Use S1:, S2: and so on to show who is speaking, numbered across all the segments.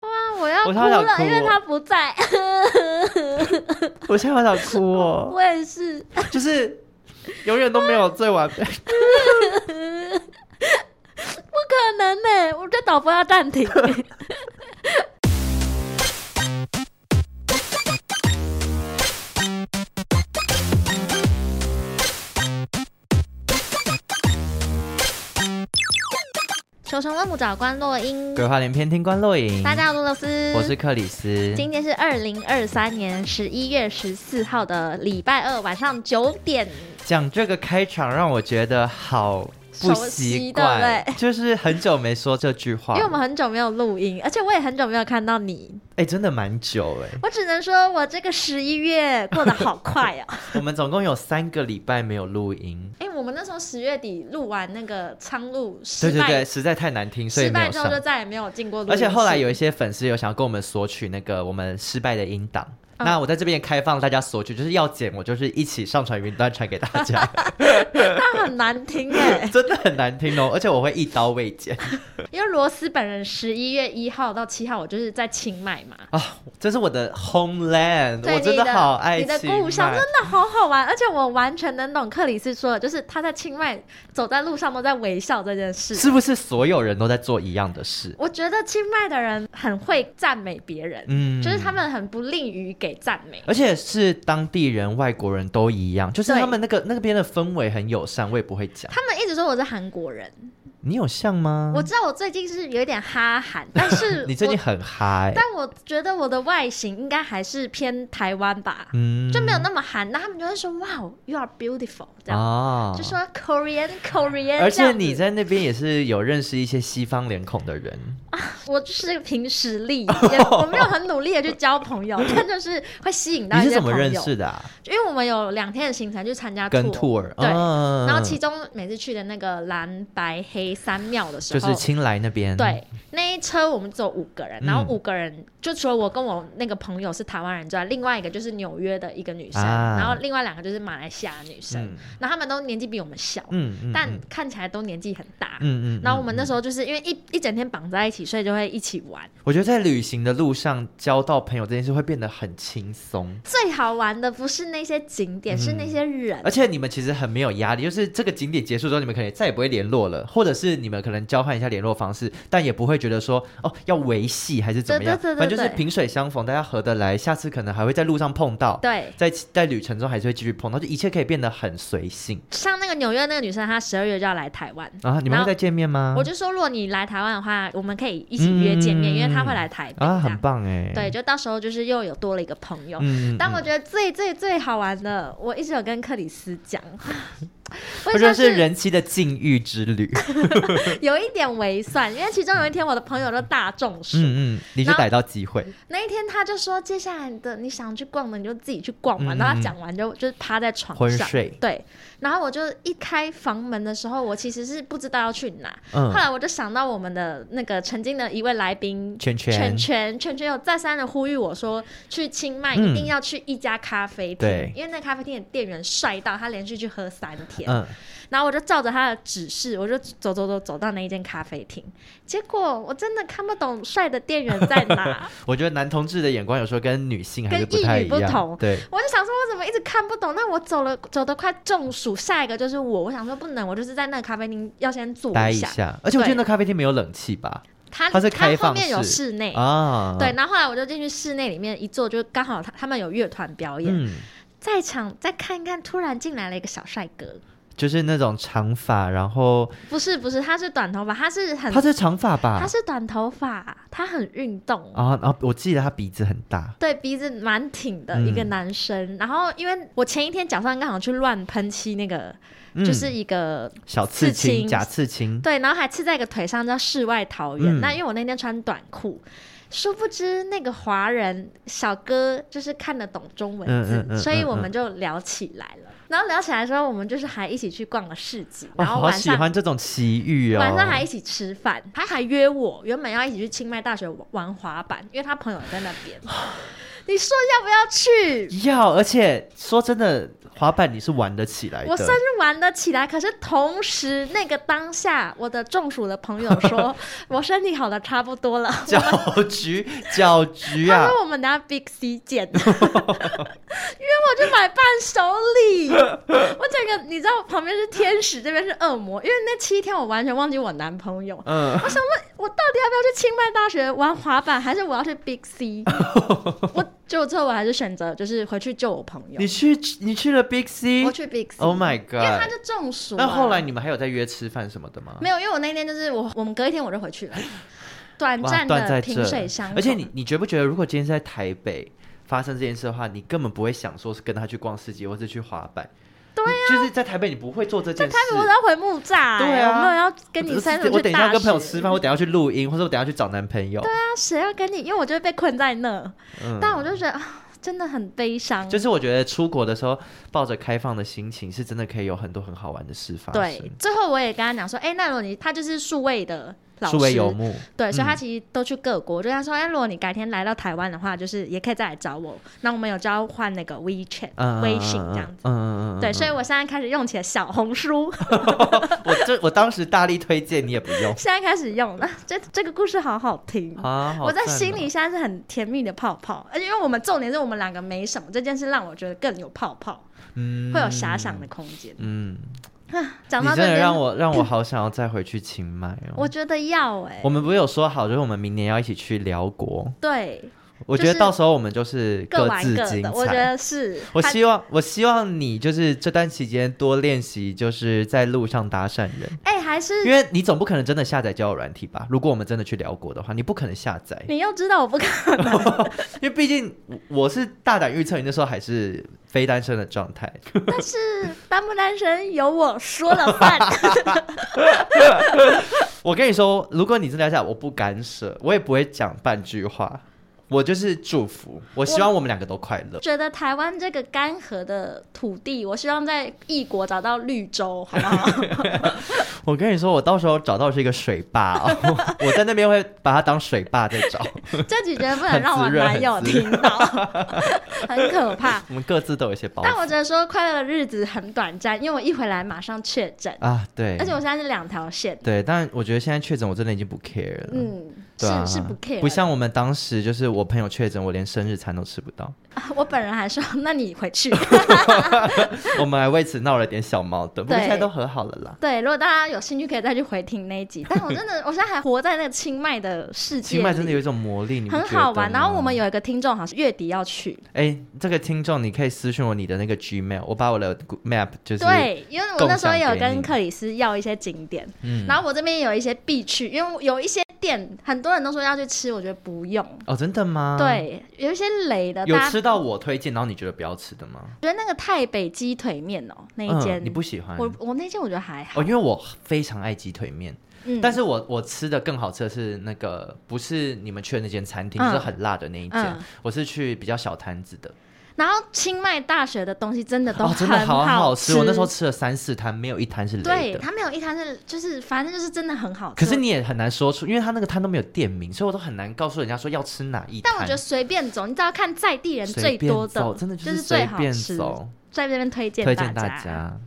S1: 啊，我要
S2: 我
S1: 哭
S2: 超想
S1: 了，
S2: 哭
S1: 因为
S2: 哦
S1: 他不在。
S2: 我现在好想哭哦，
S1: 我也是，
S2: 就是永远都没有最完
S1: 不
S2: 美。
S1: 可能呢、我这导播要暂停。 求神问卜找关洛英，
S2: 鬼话连篇，听官落影。
S1: 大家好，罗罗斯，
S2: 我是克里斯。
S1: 今天是二零二三年十一月十四号的礼拜二晚上九点，
S2: 讲这个开场让我觉得好不习惯
S1: 熟悉对不，
S2: 就是很久没说这句话
S1: 因为，我们很久没有录音，而且我也很久没有看到你。
S2: 哎，真的蛮久哎。
S1: 我只能说，我这个十一月过得好快哦。
S2: 我们总共有三个礼拜没有录音，
S1: 哎、我们那时候十月底录完那个苍鹭失
S2: 对对
S1: 败，
S2: 对，实在太难听，所以
S1: 失
S2: 没
S1: 败
S2: 有
S1: 之后
S2: 上
S1: 就。再也没有进过录音
S2: 而
S1: 室。
S2: 且后来有一些粉丝有想要跟我们索取那个我们失败的音档，
S1: 嗯
S2: 那我在这边开放大家索取，就是要剪我就是一起上传云端传给大家，
S1: 那很难听哎、
S2: 真的很难听哦，而且我会一刀未剪
S1: 因为罗斯本人十一月一号到七号，我就是在清迈嘛。
S2: 啊，这是我的 homeland，
S1: 对
S2: 我真
S1: 你的
S2: 好爱
S1: 你的
S2: 清
S1: 故乡
S2: 迈
S1: 真的好好玩，而且我完全能懂克里斯说的，就是他在清迈走在路上都在微笑这件事。
S2: 是不是所有人都在做一样的事？
S1: 我觉得清迈的人很会赞美别人，
S2: 嗯
S1: 就是他。们很不吝于给赞美。
S2: 而且是当地人、外国人都一样，就是
S1: 对
S2: 他们那个那边的氛围很友善，我也不会讲。
S1: 他们一直说我是韩国人，
S2: 你有像吗？
S1: 我知道我最近是有一点哈 韩，但是
S2: 嗯你最近
S1: 我，
S2: 很嗨，
S1: 但我觉得我的外形应该还是偏台湾吧，
S2: 嗯
S1: 就没有那么韩。那他们就会说哇，you are beautiful 这样，
S2: 哦
S1: 就说 Korean Korean。
S2: 而且你，在那边也是有认识一些西方脸孔的人，
S1: 我就是凭实 力，也我没有很努力的去交朋友，但就是会吸引到
S2: 你
S1: 一
S2: 是
S1: 些
S2: 怎
S1: 朋
S2: 么
S1: 友。
S2: 认识的、啊？
S1: 因为我们有两天的行程去参加
S2: 跟
S1: tour。
S2: tour，
S1: 对
S2: 嗯
S1: 然后其中每次去的那个蓝白黑三庙的时
S2: 就
S1: 候，
S2: 是青来那边，
S1: 哦对，那一车我们只有五个人，
S2: 嗯
S1: 然后五个人、就除了我跟我那个朋友是台湾人之外，另外一个就是纽约的一个女生，
S2: 啊
S1: 然后另外两个就是马来西亚女生，
S2: 嗯
S1: 然后他们都年纪比我们小，
S2: 嗯嗯，
S1: 但
S2: 嗯
S1: 看起来都年纪很大。
S2: 嗯嗯，
S1: 然后我们那时
S2: 候，
S1: 候就是因为一一整天绑在一起，所以就会一起玩。
S2: 我觉得在旅行的路上交到朋友这件事会变得很轻松，
S1: 最好玩的不是那些景点，是那些人。
S2: 嗯而且你们其实很没有压力，就是这个景点结束之后，你们可能再也不会联络了，或者是你们可能交换一下联络方式，但也不会觉得说哦要维系还是怎么样，
S1: 对对对对
S2: 反正就是
S1: 对
S2: 萍水相逢，大家合得来，下次可能还会在路上碰到，
S1: 对，
S2: 在在旅程中还是会继续碰到，就一切可以变得很随性
S1: 像那个纽约那个女生，她十二月就要来台湾，
S2: 啊！你们
S1: 然
S2: 会
S1: 后
S2: 再见面吗？
S1: 我就说如果你来台湾的话，我们可以一起约见面，
S2: 嗯
S1: 因为她会来台北这
S2: 啊，
S1: 样。
S2: 很棒哎，
S1: 对，，就到时候就是又有多了一个朋友。
S2: 嗯
S1: 但我觉得最最最好玩的，我一直有跟克里斯 讲，我
S2: 或
S1: 也
S2: 者
S1: 算
S2: 是
S1: 是
S2: 人妻的禁欲之 旅，
S1: 有一点微算，因为其中有一天我的朋友都大中暑，
S2: 嗯嗯，你就
S1: 然后
S2: 逮到机会，
S1: 那一天他就说接下来的你想去逛的你就自己去逛嘛，
S2: 嗯嗯
S1: 然后他讲完就就是趴在床
S2: 昏
S1: 上。
S2: 睡，
S1: 对，然后我就一开房门的时候，我其实是不知道要去哪。
S2: 嗯
S1: 后，来我就想到我们的那个曾经的一位来宾
S2: 圈
S1: 圈
S2: 圈，
S1: 圈圈圈有再三的呼吁我说，去清迈
S2: 嗯
S1: 一定要去一家咖啡厅，
S2: 对
S1: 因为那咖啡厅的店员帅到他连续去喝三天。
S2: 嗯，
S1: 然后我就照着他的指示，我就走走走走到那一间咖啡厅，结果我真的看不懂帅的店员在哪，
S2: 我觉得男同志的眼光有时候跟女性还是
S1: 跟
S2: 不
S1: 异
S2: 太
S1: 女
S2: 一
S1: 不
S2: 样，
S1: 同
S2: 对，
S1: 我就想说我怎么一直看不懂？那我走了走得快中暑，下一个就是我，我想说不能，我就是在那个咖啡厅要先坐
S2: 待一
S1: 下。
S2: 下，而且我记得
S1: 对
S2: 那咖啡厅没有冷气吧？
S1: 他
S2: 它是开
S1: 后
S2: 放
S1: 面有
S2: 式
S1: 室内。
S2: 啊，
S1: 对，，然后后来我就进去室内里面一坐，就刚好他他们有乐团表演，
S2: 嗯，
S1: 在场再看一看，突然进来了一个小帅哥，
S2: 就是那种长发，然后
S1: 不是不是，他是短头发，他是很
S2: 他是长发吧
S1: 他？是短头发，他很运动，
S2: 啊，然后我记得他鼻子很大，
S1: 对鼻子蛮挺的
S2: 嗯
S1: 一个男生。然后因为我前一天脚上刚好去乱喷漆那个，
S2: 嗯
S1: 就是一个
S2: 小刺
S1: 刺
S2: 青、
S1: 青
S2: 假刺青，
S1: 对，然后还刺在一个腿上叫世外桃源。
S2: 嗯
S1: 那因为我那天穿短裤。殊不知那个华人小哥就是看得懂中文
S2: 嗯
S1: 字，
S2: 嗯嗯
S1: 所以
S2: 嗯
S1: 我
S2: 嗯
S1: 们就聊起来了。然后聊起来的时候，我们就是还一起去逛了市集，
S2: 哦，
S1: 然后
S2: 好
S1: 晚
S2: 喜
S1: 上、
S2: 欢这种奇遇哦。
S1: 晚上还一起吃饭，他还约我，原本要一起去清迈大学玩滑板，因为他朋友在那 边。你说要不要去？
S2: 要，而且说真的，滑板你是玩得起来的。
S1: 我算是玩得起来，可是同时那个当下，我的中暑的朋友 说我身体好的差不多了，
S2: 搅局，搅局
S1: 他
S2: 啊！
S1: 说我们拿 Big C 见， 约我去买伴手 礼。我整个你知道，旁边是天使，这边是恶魔，因为那七天我完全忘记我男朋友。
S2: 嗯，
S1: 我想问，我到底要不要去清迈大学玩滑板，还是我要去 Big C？我就最后我还是选择就是回去救我朋友
S2: 你，去你去了 Big
S1: 我
S2: C，Oh
S1: 去 Big C。
S2: Oh my
S1: 因为他
S2: God！
S1: 就中暑啊、
S2: 那后来你们还有在约吃饭什么的吗？
S1: 没有，因为我那天就是我，我们隔一天我就回 去了，短
S2: 哇，
S1: 暂
S2: 断在
S1: 的
S2: 这
S1: 萍水相逢。
S2: 而且你你觉不觉得，如果今天是在台北发生这件事的话，你根本不会想说是跟他去逛市集或是去滑板。对啊，就是在台北你不会做这件事。
S1: 台北我都要回木栅、欸，
S2: 对啊
S1: 我没有要跟
S2: 我
S1: 你
S2: 只
S1: 三
S2: 是
S1: 组
S2: 我
S1: 去
S2: 等一下
S1: 大啊学。
S2: 要跟朋友吃饭，我等一下要去录音，或者我等一下要去找男朋友。
S1: 那谁要跟你？因为我就会被困在那，
S2: 嗯，
S1: 但我就觉得啊，真的很悲伤。
S2: 就是我觉得出国的时候，抱着开放的心情，是真的可以有很多很好玩的事发生。
S1: 对，最后我也跟他讲说，哎、那如果你他就是数位的老师，
S2: 数位游牧，
S1: 对，所以
S2: 嗯
S1: 他其实都去各国。我就跟他说，哎、如果你改天来到台湾的话，就是也可以再来找我。那我们有交换那个 WeChat、
S2: 嗯，
S1: 微信这样子。
S2: 嗯嗯嗯嗯嗯，
S1: 对，所以我现在开始用起了小红书，
S2: 我这我当时大力推荐你也不用
S1: 现在开始用了。这这个故事好好听，
S2: 啊，好
S1: 我在
S2: 赞
S1: 心
S2: 哦
S1: 里现在是很甜蜜的泡泡。而且因为我们重点是我们两个没什么，这件事让我觉得更有泡泡，
S2: 嗯
S1: 会有遐想的空间。
S2: 嗯，
S1: 讲
S2: 你
S1: 到
S2: 真
S1: 这
S2: 的
S1: 边，
S2: 让我让我好想要再回去清迈哦。
S1: 我觉得要哎、
S2: 我们不是有说好，就是我们明年要一起去辽国。
S1: 对，
S2: 我觉
S1: 就
S2: 得
S1: 是
S2: 到时候我们就是
S1: 各玩
S2: 自
S1: 各
S2: 精
S1: 的，我觉
S2: 彩。
S1: 得是。
S2: 我
S1: 还
S2: 希望，我希望你就是这段期间多练习，就是在路上搭讪人，
S1: 哎、还是
S2: 因为你总不可能真的下载交友软体吧？如果我们真的去辽国的话，你不可能下载，
S1: 你又知道我不敢，
S2: 因为毕竟我我是大胆预测你那时候还是非单身的状态。
S1: 但是单不单身由我说了算。
S2: 我跟你说，如果你真的要下，我不干涉，我也不会讲半句话，我就是祝福，我希望我们两个都快乐。
S1: 觉得台湾这个干涸的土地，我希望在异国找到绿洲，好不 好？
S2: 我跟你说，我到时候找到是一个水坝、 哦，我在那边会把它当水坝在找。
S1: 这几绝不能让我男友
S2: 很滋
S1: 听到， 很可怕。
S2: 我们各自都有一些包
S1: 但
S2: 袱
S1: 我觉得说快乐的日子很短暂，因为我一回来马上确诊，
S2: 啊，对
S1: 而，且我现在是两条线，
S2: 对，但我觉得现在确诊我真的已经不 care 了。
S1: 嗯，是、
S2: 对啊，
S1: 是不 care，
S2: 不像我们当时就是我朋友确诊，我连生日餐都吃不 到，
S1: 啊我本人还说，那你回去。
S2: 我们还为此闹了点小矛盾，不过
S1: 对
S2: 现在都和好了啦。
S1: 对，如果大家有兴趣，可以再去回听那一集。但我真的，我现在还活在那个清迈的世界
S2: 清
S1: 里，
S2: 迈真的有一种魔力，你不
S1: 很
S2: 觉
S1: 好
S2: 得
S1: 玩。然后
S2: 吗
S1: 我们有一个听众，好像月底要去，
S2: 哎、这个听众，你可以私信我你的那个 Gmail，我把我的 Map 就是
S1: 对，因为我那时候也有
S2: 共享给
S1: 跟
S2: 你
S1: 克里斯要一些景点，
S2: 嗯
S1: 然后我这边也有一些必去，因为有一些店很多人都说要去吃，我觉得不用。
S2: 哦，真的吗？，
S1: 对，有一些雷的，
S2: 有
S1: 大家
S2: 吃到我推荐，然后你觉得不要吃的吗？
S1: 觉得那个太北鸡腿面哦、那一间、
S2: 嗯、你不喜欢？
S1: 我我那间我觉得还好，
S2: 哦，因为我非常爱鸡腿面，
S1: 嗯，
S2: 但是我我吃的更好吃的是那个，不是你们去的那间餐厅，
S1: 嗯
S2: 是很辣的那一间，
S1: 嗯
S2: 我是去比较小摊子的，
S1: 然后清迈大学的东西真的都
S2: 哦，
S1: 很
S2: 真的好
S1: 好
S2: 吃，我那时候吃了三四摊，没有一摊是雷
S1: 对
S2: 的。
S1: 它没有一摊是就是反正就是真的很好吃。
S2: 可是你也很难说出，因为他那个摊都没有店名，所以我都很难告诉人家说要吃哪一摊。
S1: 但我觉得随便走，你只要看在地人
S2: 随
S1: 最
S2: 便
S1: 多
S2: 走
S1: 的，
S2: 真的
S1: 就是最
S2: 随
S1: 好
S2: 便
S1: 吃。
S2: 走。
S1: 在这边推荐
S2: 推荐大
S1: 大
S2: 家。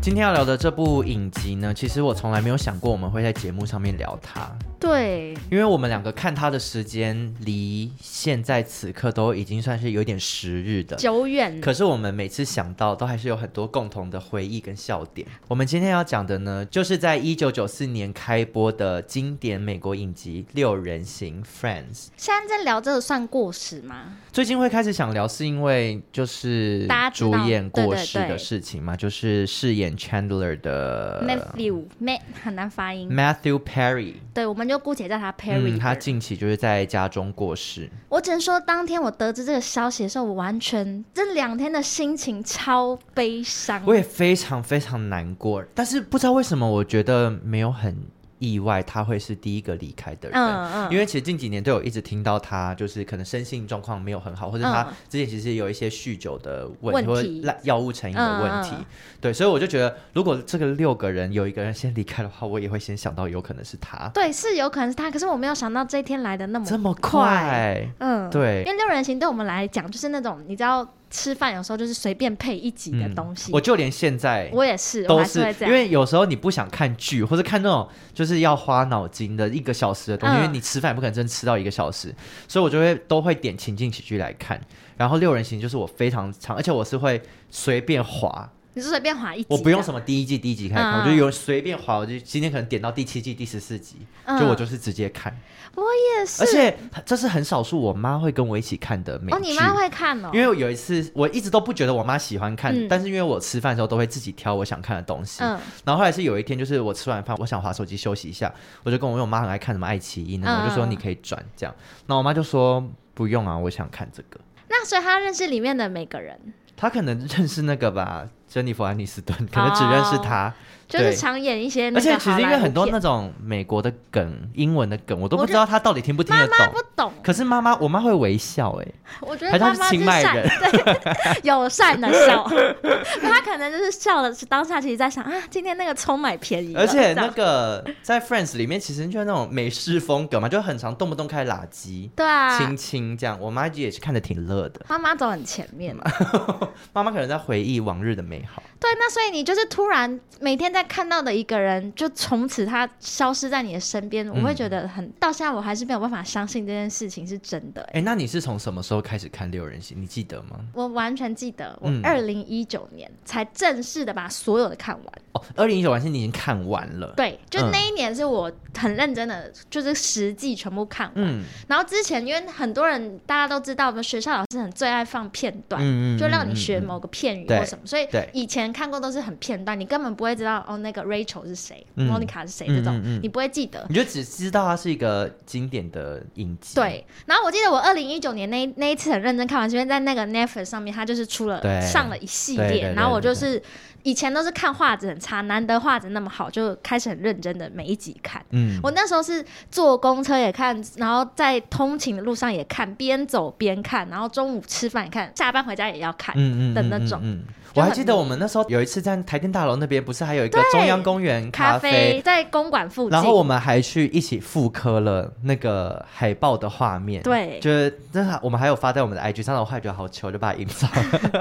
S2: 今天要聊的这部影集呢，其实我从来没有想过我们会在节目上面聊它，
S1: 对，
S2: 因为我们两个看它的时间离现在此刻都已经算是有点时日的。
S1: 久远
S2: 可是我们每次想到，都还是有很多共同的回忆跟笑点。我们今天要讲的呢，就是在一九九四年开播的经典美国影集《六人行 Friends》。
S1: 现在在聊这个算过时吗？
S2: 最近会开始想聊，是因为就是
S1: 大家知
S2: 主
S1: 道
S2: 演过世
S1: 对对
S2: 的
S1: 对
S2: 事情嘛，就是饰演 Chandler 的
S1: Matthew Matt 很难发音，
S2: Matthew Perry，
S1: 对，我们就姑且叫他 Perry 吧、
S2: 嗯，他近期就是在家中过世。
S1: 我只能说，当天我得知这个消息的时候，我完全这两天的心情超悲伤。
S2: 我也非常非常难过，但是不知道为什么，我觉得没有很意外他会是第一个离开的人。
S1: 嗯嗯，
S2: 因为其实近几年都有一直听到他，就是可能身心状况没有很好，或者他
S1: 嗯
S2: 之前其实有一些酗酒的问
S1: 问
S2: 题，或者
S1: 题
S2: 滥药物成瘾的问题。
S1: 嗯嗯嗯
S2: 对，所以我就觉得，如果这个六个人有一个人先离开的话，我也会先想到有可能是他。
S1: 对是有可能是他，可是我没有想到这一天来的那么
S2: 这么
S1: 嗯快。
S2: 快，
S1: 嗯，
S2: 对
S1: 因为六人行对我们来讲就是那种你知道吃饭有时候就是随便配一集的东西，
S2: 嗯我就连现在
S1: 我也是，我
S2: 都
S1: 还是会
S2: 是
S1: 这样，
S2: 因为有时候你不想看剧，或者看那种就是要花脑筋的一个小时的东
S1: 嗯
S2: 西，因为你吃饭也不可能真的吃到一个小时，所以我就会都会点情境喜剧来看。然后六人行就是我非常长，而且我是会随便滑，
S1: 你是随便划一集，
S2: 我不用什么第一季、第一集开始
S1: 嗯
S2: 看，我就有随便滑，我就今天可能点到第七季、第十四集，
S1: 嗯
S2: 就我就是直接看。
S1: 么，我也是，
S2: 而且这是很少数我妈会跟我一起看的美剧。
S1: 哦，你妈会看哦，
S2: 因为我有一次，我一直都不觉得我妈喜欢看，
S1: 嗯
S2: 但是因为我吃饭的时候都会自己挑我想看的东西。
S1: 嗯
S2: 然后后来是有一天，就是我吃完饭，我想划手机休息一下，我就跟我因为我妈很爱看什么爱奇艺那种，
S1: 嗯
S2: 我就说你可以转这样。那我妈就说不用啊，我想看这个。
S1: 那所以他认识里面的每个人，
S2: 她可能认识那个吧，珍妮弗·安妮斯顿，可能只认识她。
S1: 就是
S2: 对
S1: 常演一些哦哎那
S2: 而
S1: 个
S2: 且其
S1: 好
S2: 实因为
S1: 莱坞
S2: 很多
S1: 片
S2: 那种美国的梗、英文的梗，我都
S1: 我
S2: 不
S1: 就
S2: 知道她到底听不听得懂。
S1: 妈妈不懂，
S2: 可是妈妈，我妈会微笑哎、
S1: 我觉得
S2: 还是
S1: 妈
S2: 他是
S1: 妈
S2: 清迈
S1: 善
S2: 人
S1: 对友善的 笑，他可能就是笑了，当下其实在想啊，今天那个葱买便宜了，
S2: 而
S1: 这
S2: 且那
S1: 样
S2: 个在 Friends 里面，其实就是那种美式风格嘛，就很常动不动开垃圾。
S1: 对啊
S2: 亲，亲，这样，我妈也是看得挺乐的。
S1: 妈妈走很前面，
S2: 妈妈可能在回忆往日的美好，
S1: 对，那所以你就是突然每天在看到的一个人，就从此他消失在你的身
S2: 嗯
S1: 边，我会觉得很，到现在我还是没有办法相信这件事情是真的、欸。
S2: 哎、那你是从什么时候开始看《六人行》？你记得吗？
S1: 我完全记得，我
S2: 嗯
S1: 二零一九年才正式的把所有的看完。
S2: 哦，二零一九完是你已经看完了。
S1: 对，就
S2: 嗯
S1: 那一年是我很认真的，就是实际全部看完。
S2: 嗯
S1: 然后之前因为很多人大家都知道，我们学校老师很最爱放片段，
S2: 嗯嗯
S1: 就让你
S2: 嗯
S1: 学
S2: 嗯
S1: 某个片语
S2: 对
S1: 或什么，所以
S2: 对
S1: 以前看过都是很片段，你根本不会知道哦那个 Rachel 是谁、
S2: 嗯
S1: Monica 是谁这种，
S2: 嗯嗯嗯
S1: 你不会记得。
S2: 你就只知道它是一个经典的影集。
S1: 对，然后我记得我二零一九年那一那一次很认真看完，因为在那个 Netflix 上面，它就是出了
S2: 对
S1: 上了一系
S2: 对对
S1: 列，
S2: 对
S1: 然后我
S2: 对
S1: 就
S2: 对
S1: 是以前都是看画质很差，难得画质那么好，就开始很认真的每一集看。
S2: 嗯，
S1: 我那时候是坐公车也看，然后在通勤的路上也看，边走边看，然后中午吃饭也看，下班回家也要看。
S2: 嗯嗯嗯
S1: 的那种
S2: 嗯嗯嗯
S1: 就
S2: 我还
S1: 很
S2: 记得我们那时候有一次在台电大楼那边，不是还有一个
S1: 对
S2: 中央公园
S1: 咖
S2: 啡
S1: 啡在公馆附近，
S2: 然后我们还去一起复刻了那个海报的画面，
S1: 对
S2: 就是那还我们还有发在我们的 IG 上，我后来觉得好糗，就把它隐藏，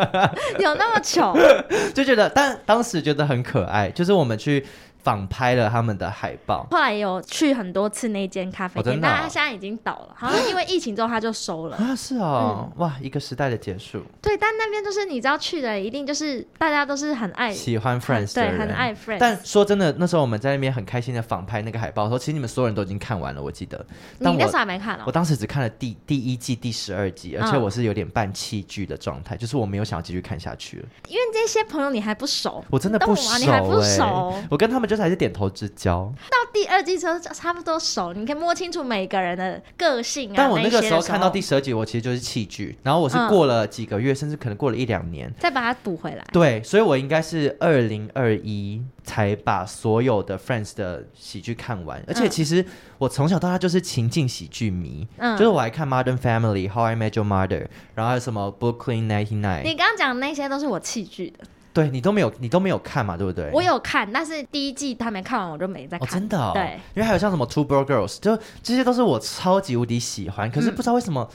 S1: 有那么糗，
S2: 就觉得，但当时觉得很可爱，就是我们去仿拍了他们的海报，
S1: 后来有去很多次那间咖啡
S2: 哦
S1: 店，
S2: 真的哦
S1: 但它现在已经倒了，好像因为疫情之后它就收 了。
S2: 啊，是哦，
S1: 嗯
S2: 哇，一个时代的结束，
S1: 对，但那边就是你知道去的，一定就是大家都是很爱，
S2: 喜欢 Friends
S1: 对，
S2: 的人，
S1: 哎很爱 friend。
S2: 但说真的，那时候我们在那边很开心的仿拍那个海报的时候，其实你们所有人都已经看完了，我记得。但
S1: 你那
S2: 我
S1: 时候还没看哦
S2: 我，当时只看了第第一季、第十二集，而且
S1: 嗯
S2: 我是有点半弃剧的状态，就是我没有想要继续看下去了。
S1: 因为这些朋友你还不熟。
S2: 我真的不
S1: 你懂
S2: 熟、
S1: 啊
S2: 欸，
S1: 你还不熟
S2: 我跟他们就是还是点头之交。
S1: 到第二季之后差不多熟，你可以摸清楚每个人的个性啊。
S2: 但我那
S1: 一些
S2: 个
S1: 的
S2: 时
S1: 时
S2: 候看到第十二集，我其实就是弃剧，然后我是
S1: 嗯
S2: 过了几个月，甚至可能过了一两年。
S1: 再把它补回来。
S2: 对，所以我应该是二零二一才把所有的 Friends 的喜剧看完，而且
S1: 嗯
S2: 其实我从小到大就是情境喜剧迷，
S1: 嗯
S2: 就是我还看 Modern Family、How I Met Your Mother，然后还有什么 Brooklyn Ninety
S1: 你
S2: Nine，
S1: 刚刚讲那些都是我弃剧的，
S2: 对你都没有，你都没有看嘛，对不对？
S1: 我有看，但是第一季他没看完，我就没再
S2: 哦，
S1: 看。
S2: 真的、哦，
S1: 对，
S2: 因为还有像什么 Two Bro Girls，就这些都是我超级无敌喜欢，可是不知道为什么、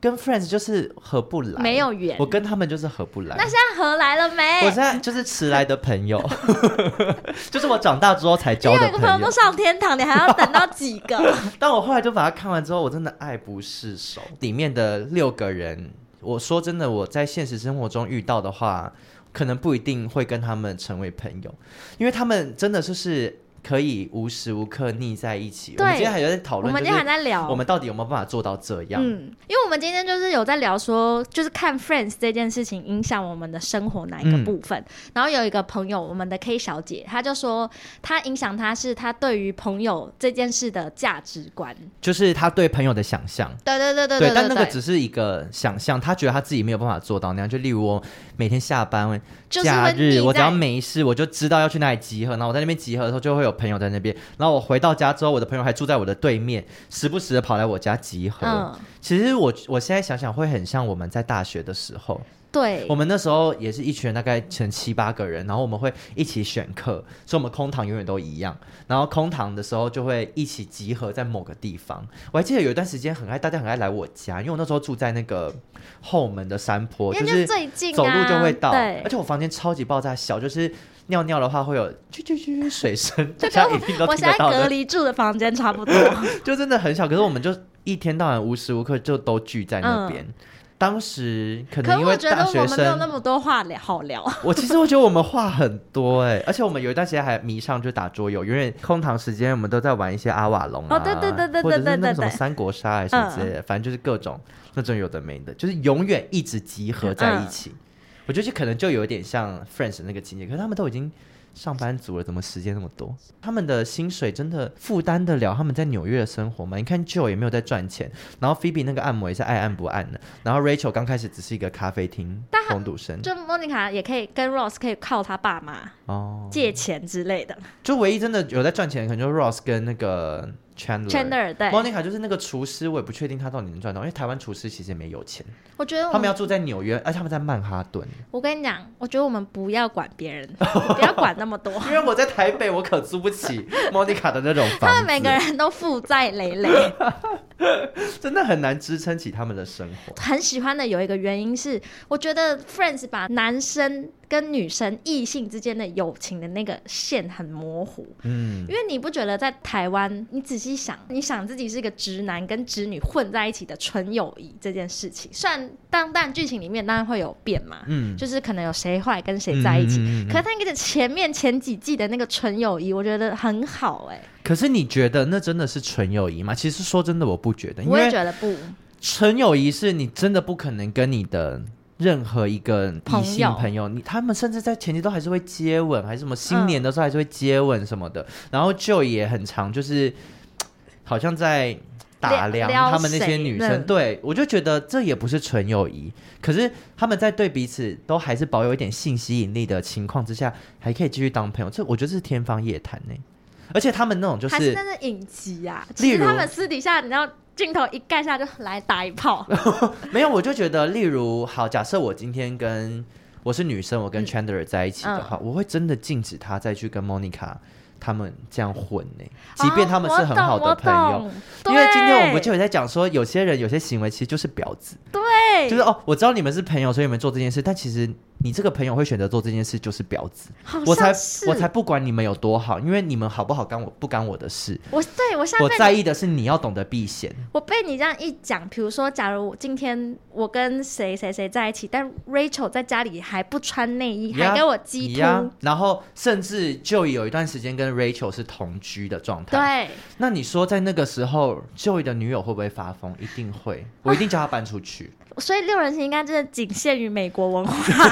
S2: 跟 Friends 就是合不来，
S1: 没有缘
S2: 我跟他们就是合不来。
S1: 那现在合来了没？
S2: 我现在就是迟来的朋友， 就是我长大之后才交
S1: 你有
S2: 的
S1: 一个朋友
S2: 朋
S1: 都
S2: 友。
S1: 上天堂，你还要等到几 个？
S2: 但我后来就把它看完之后，我真的爱不释手。里面的六个人，我说真的，我在现实生活中遇到的话，可能不一定会跟他们成为朋友，因为他们真的就是可以无时无刻腻在一起。我们
S1: 对
S2: 今天还有在讨
S1: 我
S2: 论，
S1: 们今
S2: 就
S1: 天
S2: 是
S1: 还在聊，
S2: 我们到底有没有办法做到这样？
S1: 嗯，因为我们今天就是有在聊说，就是看 Friends 这件事情影响我们的生活哪一个部分。
S2: 嗯
S1: 然后有一个朋友，我们的 K 小姐，她就说，她影响她是她对于朋友这件事的价值观。
S2: 就是他对朋友的想象。
S1: 对对对对对
S2: 但
S1: 对
S2: 那个
S1: 对
S2: 只是一个想象，他觉得他自己没有办法做到那样。就例如我每天下班、
S1: 就是
S2: 假
S1: 会
S2: 日，
S1: 腻
S2: 我只
S1: 在
S2: 要没事，我就知道要去哪里集合，然后我在那边集合的时候，就会有朋友在那边。然后我回到家之后，我的朋友还住在我的对面，时不时的跑来我家集合。
S1: 嗯，
S2: 其实我我现在想想，会很像我们在大学的时候，
S1: 对
S2: 我，们那时候也是一群人，大概成七八个人，然后我们会一起选课，所以我们空堂永远都一样。然后空堂的时候就会一起集合在某个地方。我还记得有一段时间很爱大家很爱来我家，因为我那时候住在那个后门的山坡，
S1: 因为
S2: 是
S1: 就最近啊
S2: 走路就会到，
S1: 对
S2: 而且我房间超级爆炸小，就是尿尿的话会有啾啾啾水声，大
S1: 就
S2: 家
S1: 跟
S2: 一定都
S1: 我
S2: 听
S1: 现
S2: 得
S1: 在
S2: 到
S1: 隔
S2: 的，
S1: 离住的房间差不多。
S2: 就真的很 小。可是我们就一天到晚无时无刻就都聚在那边。当时可
S1: 嗯可
S2: 能因为
S1: 我觉
S2: 大
S1: 得我
S2: 学
S1: 们没有
S2: 生
S1: 那，么多话聊好聊。
S2: 我其实我觉得我们话很多哎、而且我们有一段时间还迷上就打桌游，因为空堂时间我们都在玩一些阿瓦隆啊，
S1: 哦对对对对对
S2: 或者是那
S1: 对对
S2: 种什么
S1: 对嗯
S2: 三国杀还是什么之类的，反正就是各种那种有的没的，就是永远一直集合在一
S1: 嗯
S2: 起。我觉得这可能就有点像 Friends 那个情节，可是他们都已经上班族了，怎么时间那么多？他们的薪水真的负担得了他们在纽约的生活吗？你看 Joe 也没有在赚钱，然后 Phoebe 那个按摩也是爱按不按的，然后 Rachel 刚开始只是一个咖啡厅
S1: 但他
S2: 工读生
S1: 就莫妮卡也可以跟 Rose 可以靠他爸妈
S2: 哦。
S1: 借钱之类的。
S2: 就唯一真的有在赚钱，可能就是 Ross 跟那个 Chandler。
S1: Chandler 对，
S2: Monica 就是那个厨师，我也不确定他到底能赚到，因为台湾厨师其实也没有钱，
S1: 我觉得我
S2: 他们要住在纽约，而且他们在曼哈顿。
S1: 我跟你讲，我觉得我们不要管别 人，不要管那么多。
S2: 因为我在台北，我可租不起 Monica 的那种房子，
S1: 他们每个人都负债累累，
S2: 真的很难支撑起他们的生活。
S1: 很喜欢的有一个原因是，我觉得 Friends 把男生跟女生异性之间的友情的那个线很模糊，
S2: 嗯，
S1: 因为你不觉得在台湾，你仔细想，你想自己是个直男跟直女混在一起的纯友谊这件事情，虽然当但剧情里面当然会有变嘛，
S2: 嗯
S1: 就是可能有谁坏跟谁在一起，
S2: 嗯嗯嗯嗯嗯
S1: 可是他那个前面前几季的那个纯友谊，我觉得很好哎、
S2: 可是你觉得那真的是纯友谊吗？其实说真的，我不觉得，因
S1: 我也
S2: 为
S1: 觉得不，
S2: 纯友谊是你真的不可能跟你的任何一个异性朋
S1: 朋
S2: 友，你他们甚至在前期都还是会接吻，还是什么新年的时候还是会接吻什么的。然后就也很常就是嘖好像在打量
S1: 撩
S2: 他们那些
S1: 谁嗯
S2: 女
S1: 的
S2: 生，对我就觉得这也不是纯友谊。可是他们在对彼此都还是保有一点性吸引力的情况之下，还可以继续当朋友，这我觉得这是天方夜谭呢、欸而且他们那种就
S1: 还是那是影集啊，
S2: 例
S1: 其实
S2: 如
S1: 他们私底下，你知道镜头一盖下就来打一炮，
S2: 没有，我就觉得，例如，好，假设我今天跟我是女生，我
S1: 嗯
S2: 跟 Chandler 在一起的话，我会真的禁止他再去跟 Monica 他们这样混呢、 即便他们是很好的朋
S1: 哦
S2: 友。
S1: 啊我懂我懂
S2: 因为今天我
S1: 对
S2: 们就有在讲说，有些人有些行为其实就是婊子，
S1: 对，
S2: 就是哦，我知道你们是朋友，所以你们做这件事，但其实你这个朋友会选择做这件事就是婊子。
S1: 好
S2: 我才
S1: 像是
S2: 我才不管你们有多好，因为你们好不好干我不干我的事，
S1: 我对我现
S2: 我
S1: 在
S2: 在
S1: 被你
S2: 意的是你要懂得避嫌。
S1: 我被你这样一讲，比如说，假如我今天我跟谁谁谁在一起，但 Rachel 在家里还不穿内衣，
S2: 呀
S1: 还给我鸡突，
S2: 呀然后甚至就有一段时间跟 Rachel 是同居的状态。
S1: 对，
S2: 那你说在那个时候，Joey 的女友会不会发疯？一定 会，我一定叫她搬出去。
S1: 所以六人行应该真的仅限于美国 文化，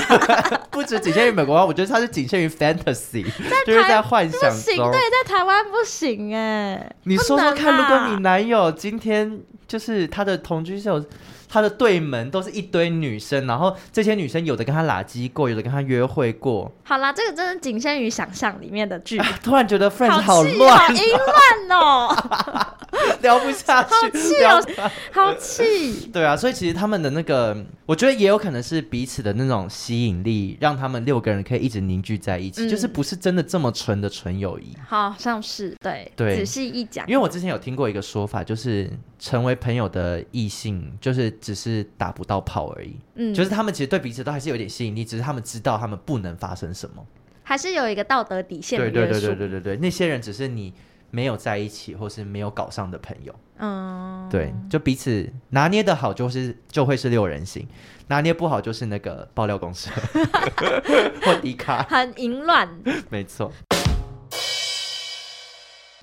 S2: 不止仅限于美国话，我觉得它是仅 限于 fantasy，就是在幻
S1: 不
S2: 想
S1: 行，
S2: 中
S1: 对。，在台湾不行哎。
S2: 你说说看，如
S1: 不能啦
S2: 果你男友今天就是他的同居秀，他的对门都是一堆女生，然后这些女生有的跟他拉鸡过，有的跟他约会过，
S1: 好啦，这个真的仅限于想象里面的剧，
S2: 啊 突然觉得 Friends
S1: 好气，哦
S2: 乱啊
S1: 好，淫乱哦，
S2: 聊不下去，
S1: 好气
S2: 聊
S1: 哦，好气。
S2: 对啊，所以其实他们的那个，我觉得也有可能是彼此的那种吸引力，让他们六个人可以一直凝聚在一起，
S1: 嗯
S2: 就是不是真的这么纯的纯友谊。
S1: 好像是对，
S2: 对
S1: 仔细一讲
S2: 因，为我之前有听过一个说法，就是成为朋友的异性，就是只是打不到炮而已，
S1: 嗯，
S2: 就是他们其实对彼此都还是有点吸引力，只是他们知道他们不能发生什么。
S1: 还是有一个道德底线的
S2: 对
S1: 约束。
S2: 对对对对对对，那些人只是你没有在一起或是没有搞上的朋友。
S1: 嗯，
S2: 对，就彼此拿捏的好，就是就会是六人行；拿捏不好，就是那个爆 料公社 或迪卡，
S1: 很淫乱。
S2: 没错。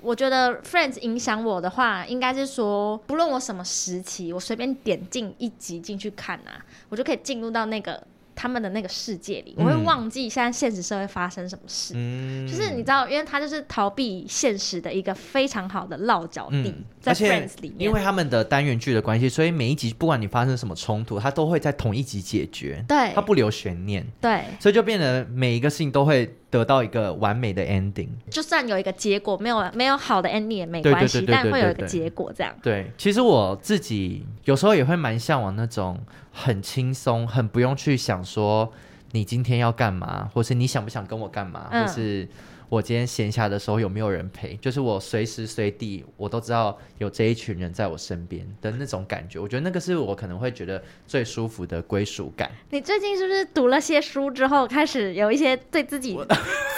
S1: 我觉得 Friends 影响我的话，应该是说，不论我什么时期，我随便点进一集进去看啊，我就可以进入到那个他们的那个世界里，我会
S2: 嗯
S1: 忘记现在现实社会发生什么事。
S2: 嗯，
S1: 就是你知道，因为他就是逃避现实的一个非常好的落脚地，在
S2: 嗯而且
S1: Friends 里
S2: 因
S1: 面。
S2: 为他们的单元剧的关系，所以每一集不管你发生什么冲突，它都会在同一集解决，
S1: 对
S2: 它不留悬念，
S1: 对，
S2: 所以就变得每一个事情都会得到一个完美的 ending。
S1: 就算有一个结果，没有没有好的 ending 也没关系，
S2: 对对对对
S1: 但会有一
S2: 对
S1: 个
S2: 对
S1: 结果这样。
S2: 对，其实我自己有时候也会蛮向往那种很轻松、很不用去想说你今天要干嘛，或是你想不想跟我干嘛，
S1: 嗯
S2: 或是我今天闲暇的时候有没有人陪，就是我随时随地我都知道有这一群人在我身边的那种感觉。我觉得那个是我可能会觉得最舒服的归属感。
S1: 你最近是不是读了些书之后，开始有一些对自己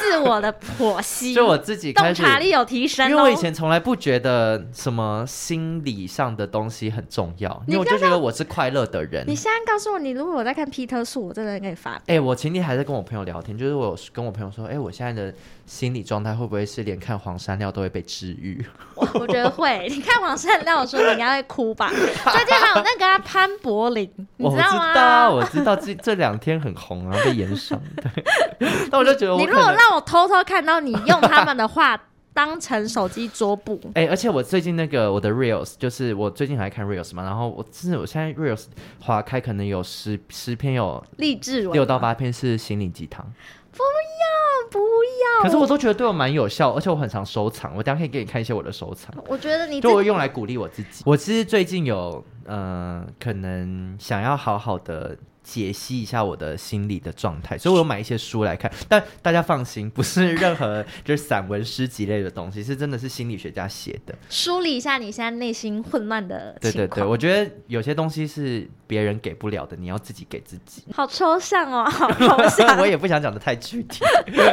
S1: 自我的剖析？
S2: 就我自己
S1: 嗯
S2: 开
S1: 洞
S2: 始。
S1: 察力有提升、哦，
S2: 因为我以前从来不觉得什么心理上的东西很重要，因为我就觉得我是快乐的人。
S1: 你现在告诉我，你如果我在看皮特树，我真的给你 发。
S2: 哎、我前天还在跟我朋友聊天，就是我有跟我朋友说，哎、我现在的心理状态会不会是连看黄山料都会被治愈？
S1: 我我觉得会，你看网上让我说你应该会哭 吧。最近还有那个、啊、潘柏林，你
S2: 我知
S1: 道吗？
S2: 道，我知道这这两天很红啊，被延上。 对，但我就觉得
S1: 你
S2: 我
S1: 如
S2: 可
S1: 果
S2: 能。
S1: 让我偷偷看到你用他们的话当成手机桌布，
S2: 哎、而且我最近那个我的 reels，就是我最近还在看 reels 嘛，然后我真的我现在 reels 划开可能有十十篇，有
S1: 励志文
S2: 六到八篇是心灵鸡汤，
S1: 不要。
S2: 可是我都觉得对我蛮有效，而且我很常收藏，我等一下可以给你看一些我的收藏。
S1: 我觉 得你
S2: 就
S1: 这
S2: 我会用来鼓励我自己。我其实最近有，呃，可能想要好好的解析一下我的心理的状态，所以我有买一些书来看。但大家放心，不是任 何就是散文、诗集类的东西，是真的是心理学家写的。
S1: 梳理一下你现在内心混乱的
S2: 对
S1: 情
S2: 对
S1: 况。
S2: 对，我觉得有些东西是别人给不了的，你要自己给自 己。
S1: 好抽象哦， 好抽象。
S2: 我也不想讲的太具体，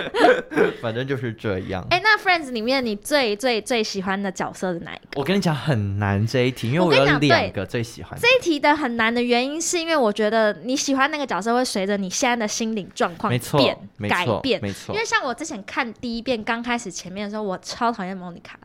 S2: 反正就是这样。
S1: 哎、那 Friends 里面你最最最喜欢的角色是哪一个？
S2: 我跟你讲很难这一题，因为
S1: 我
S2: 我
S1: 跟你
S2: 有
S1: 讲
S2: 两
S1: 对
S2: 个最喜欢的。
S1: 这一题的很难的原因，是因为我觉得你喜欢那个角色会随着你现在的心理状况
S2: 没错
S1: 变，
S2: 没
S1: 改
S2: 错
S1: 变，
S2: 没错
S1: 因为像我之前看第一遍刚开始前面的时候，我超讨厌莫妮卡，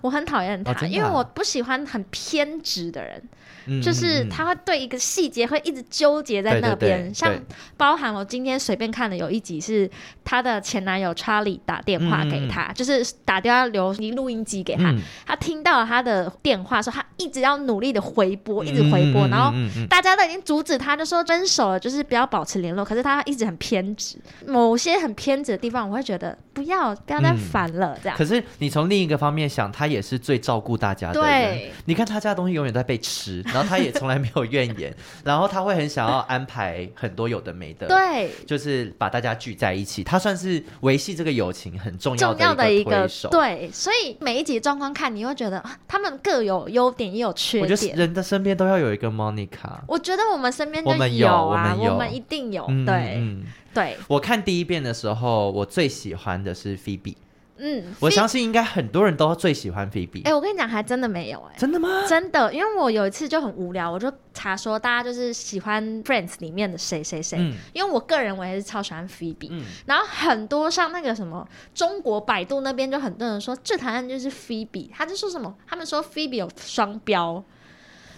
S1: 我很讨厌她，
S2: 哦真的
S1: 因为
S2: 啊
S1: 我不喜欢很偏执的人，
S2: 嗯
S1: 就是
S2: 嗯嗯
S1: 他会对一个细节会一直纠结在
S2: 对
S1: 那
S2: 对对
S1: 边，像
S2: 对
S1: 包含我今天随便看的有一集是她的前男友查理打电话给她，就是打电话留录音机给她，
S2: 嗯
S1: 她听到了她的电话说她一直要努力的回拨，一直回拨，
S2: 嗯嗯嗯
S1: 然后
S2: 嗯嗯
S1: 大家都已经阻止他，就说分手了，就是不要保持联络。可是他一直很偏执，某些很偏执的地方，我会觉得不要不要再烦了，这样。
S2: 嗯可是你从另一个方面想，他也是最照顾大家的人。
S1: 对，
S2: 你看他家的东西永远在被 吃，然后他也从来没有怨言，然后他会很想要安排很多有的没的，，
S1: 对，
S2: 就是把大家聚在一起。他算是维系这个友情很重要
S1: 重要的
S2: 一
S1: 一
S2: 个
S1: 个
S2: 推手。
S1: 对，所以每一集状况看，你会觉得啊他们各有优点也有缺
S2: 我觉得
S1: 点。
S2: 人的身边都要有一个 Monica。
S1: 我觉得我们身边就
S2: 我们有
S1: 啊，
S2: 我们
S1: 我
S2: 有
S1: 一定有，
S2: 嗯
S1: 对
S2: 嗯，嗯
S1: 对，
S2: 我看第一遍的时候，我最喜欢的是 Phoebe。
S1: 嗯。
S2: 我
S1: 非
S2: 相信应该很多人都最喜欢 Phoebe。
S1: 哎、我跟你讲，还真的没有哎、
S2: 真的吗？
S1: 真的，因为我有一次就很无聊，我就查说大家就是喜欢《Friends》里面的谁谁谁，
S2: 嗯
S1: 因为我个人我也是超喜欢 Phoebe，、
S2: 嗯
S1: 然后很多像那个什么中国百度那边就很多人说最讨厌就是 Phoebe，他就说什么，他们说 Phoebe 有双标。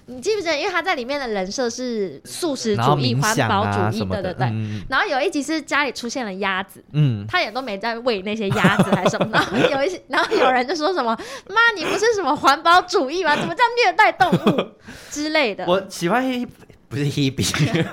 S1: 你记不记得？因为他在里面的人设是素食
S2: 然后
S1: 主义、
S2: 冥
S1: 环
S2: 想
S1: 保
S2: 啊
S1: 主义，
S2: 什么
S1: 对
S2: 的
S1: 对对。
S2: 嗯
S1: 然后有一集是家里出现了鸭子，
S2: 嗯，
S1: 他也都没在喂那些鸭子还是什 么，然后有一些，然后有人就说什么：“妈，你不是什么环保主义吗？怎么这样虐待动物之类的
S2: 我喜欢 Hebe 不是 Hebe，？”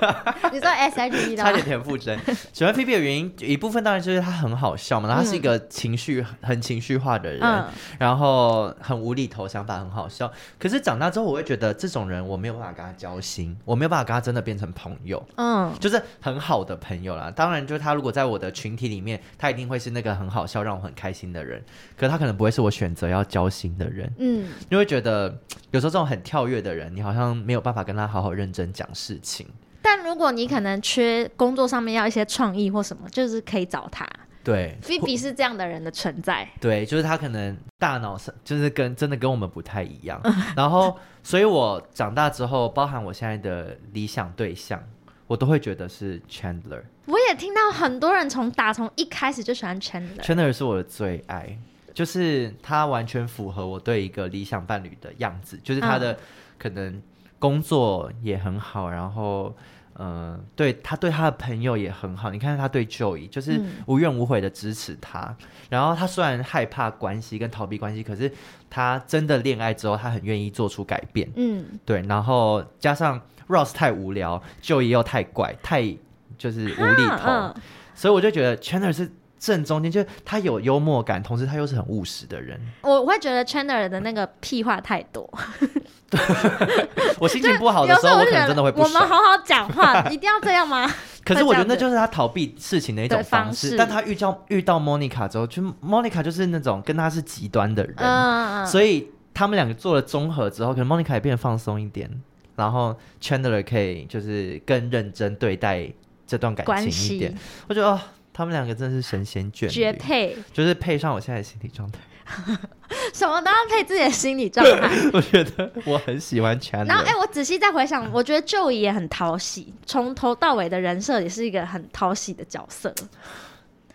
S1: 你说 S H E 的
S2: 差
S1: 吗
S2: 点？田馥甄。喜欢 Hebe 的原因，一部分当然就是她很好笑嘛，然后她是一个情绪很情绪化的人，
S1: 嗯
S2: 然后很无厘头，想法很好笑。可是长大之后，我会觉得这种人我没有办法跟他交心，我没有办法跟他真的变成朋友。
S1: 嗯，
S2: 就是很好的朋友啦，当然，就是他如果在我的群体里面，他一定会是那个很好笑、让我很开心的人。可他可能不会是我选择要交心的人。
S1: 嗯，
S2: 你会觉得有时候这种很跳跃的人，你好像没有办法跟他好好认真讲事情。
S1: 但如果你可能缺工作上面要一些创意或什么，就是可以找他。
S2: 对
S1: Phoebe 是这样的人的存在，
S2: 对，就是他可能大脑上就是跟真的跟我们不太一样。然后，所以我长大之后，包含我现在的理想对象，我都会觉得是 Chandler。
S1: 我也听到很多人从打从一开始就喜欢 Chandler，
S2: Chandler 是我的最爱，就是他完全符合我对一个理想伴侣的样子，就是他
S1: 嗯
S2: 的可能工作也很好，然后。嗯、对他对他的朋友也很好。你看他对 Joey 就是
S1: 嗯
S2: 无怨无悔的支持他，然后他虽然害怕关系跟逃避关系，可是他真的恋爱之后，他很愿意做出改变。
S1: 嗯，
S2: 对，然后加上 Ross 太无聊，Joey 又太怪，太就是无厘头，
S1: 啊嗯
S2: 所以我就觉得 Chandler 是正中间，就是他有幽默感，同时他又是很务实 的人。
S1: 我我会觉得 Chandler 的那个屁话太多，
S2: 我心情不好的时
S1: 有
S2: 候，我
S1: 时候就
S2: 可能
S1: 觉
S2: 真
S1: 得
S2: 的会不
S1: 我们
S2: 爽。
S1: 好好讲 话，一定要这样吗？
S2: 可是我觉得
S1: 会这样子
S2: 那就是他逃避事情的一种
S1: 对方
S2: 式。
S1: 式
S2: 但他遇到遇到 Monica 之后，就 Monica 就是那种跟他是极端的人，
S1: 嗯，
S2: 所以他们两个做了综合之后，可能 Monica 也变得放松一点，然后 Chandler 可以就是更认真对待这段感
S1: 关
S2: 情一点
S1: 系。
S2: 我觉得哦，他们两个真的是神仙眷
S1: 绝
S2: 侣，
S1: 配，
S2: 就是配上我现在的心理状态，
S1: 什么都要配自己的心理状 态。
S2: 我觉得我很喜欢 Chandler。
S1: 然后，哎、我仔细再回想，我觉得舅姨也很讨喜，从头到尾的人设也是一个很讨喜的角色。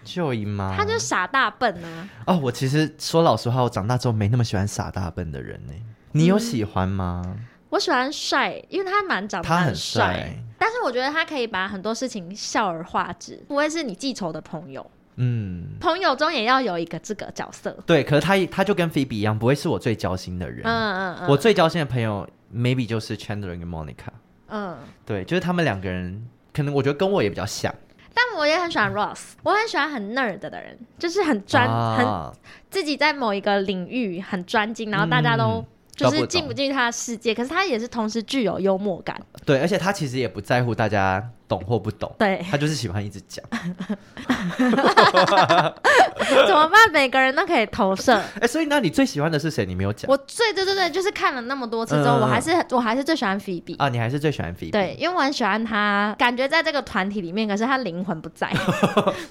S2: 就姨妈，
S1: 他就是傻大笨啊，
S2: 哦，我其实说老实话，我长大之后没那么喜欢傻大笨的人呢。你有喜欢吗？
S1: 我喜欢帅，因为他蛮嗯长得
S2: 他很
S1: 很
S2: 帅，
S1: 但是我觉得他可以把很多事情笑而化之，不会是你记仇的朋友，
S2: 嗯，
S1: 朋友中也要有一个这个角色。
S2: 对。可是他他就跟菲比一样，不会是我最交心的人。
S1: 嗯嗯嗯，
S2: 我最交心的朋友，maybe 就是 Chandler 跟 Monica。
S1: 嗯，
S2: 对，就是他们两个人，可能我觉得跟我也比较像，
S1: 但我也很喜欢 Ross，我很喜欢很 nerd 的人，就是很专、很
S2: 啊、
S1: 自己在某一个领域很专精，然后大家都
S2: 嗯
S1: 就
S2: 都不
S1: 是
S2: 懂
S1: 进不进去他的世界，可是他也是同时具有幽默感。
S2: 对，而且他其实也不在乎大家懂或不懂，
S1: 对，
S2: 他就是喜欢一直讲。
S1: 怎么办？每个人都可以投 射。
S2: 哎、所以那你最喜欢的是谁？你没有讲
S1: 我最对对对，就是看了那么多次之后，
S2: 嗯嗯嗯
S1: 我还是我还是最喜欢菲比。
S2: 啊？你还是最喜欢菲比？
S1: 对，因为我很喜欢他，感觉在这个团体里面，可是他灵魂不 在，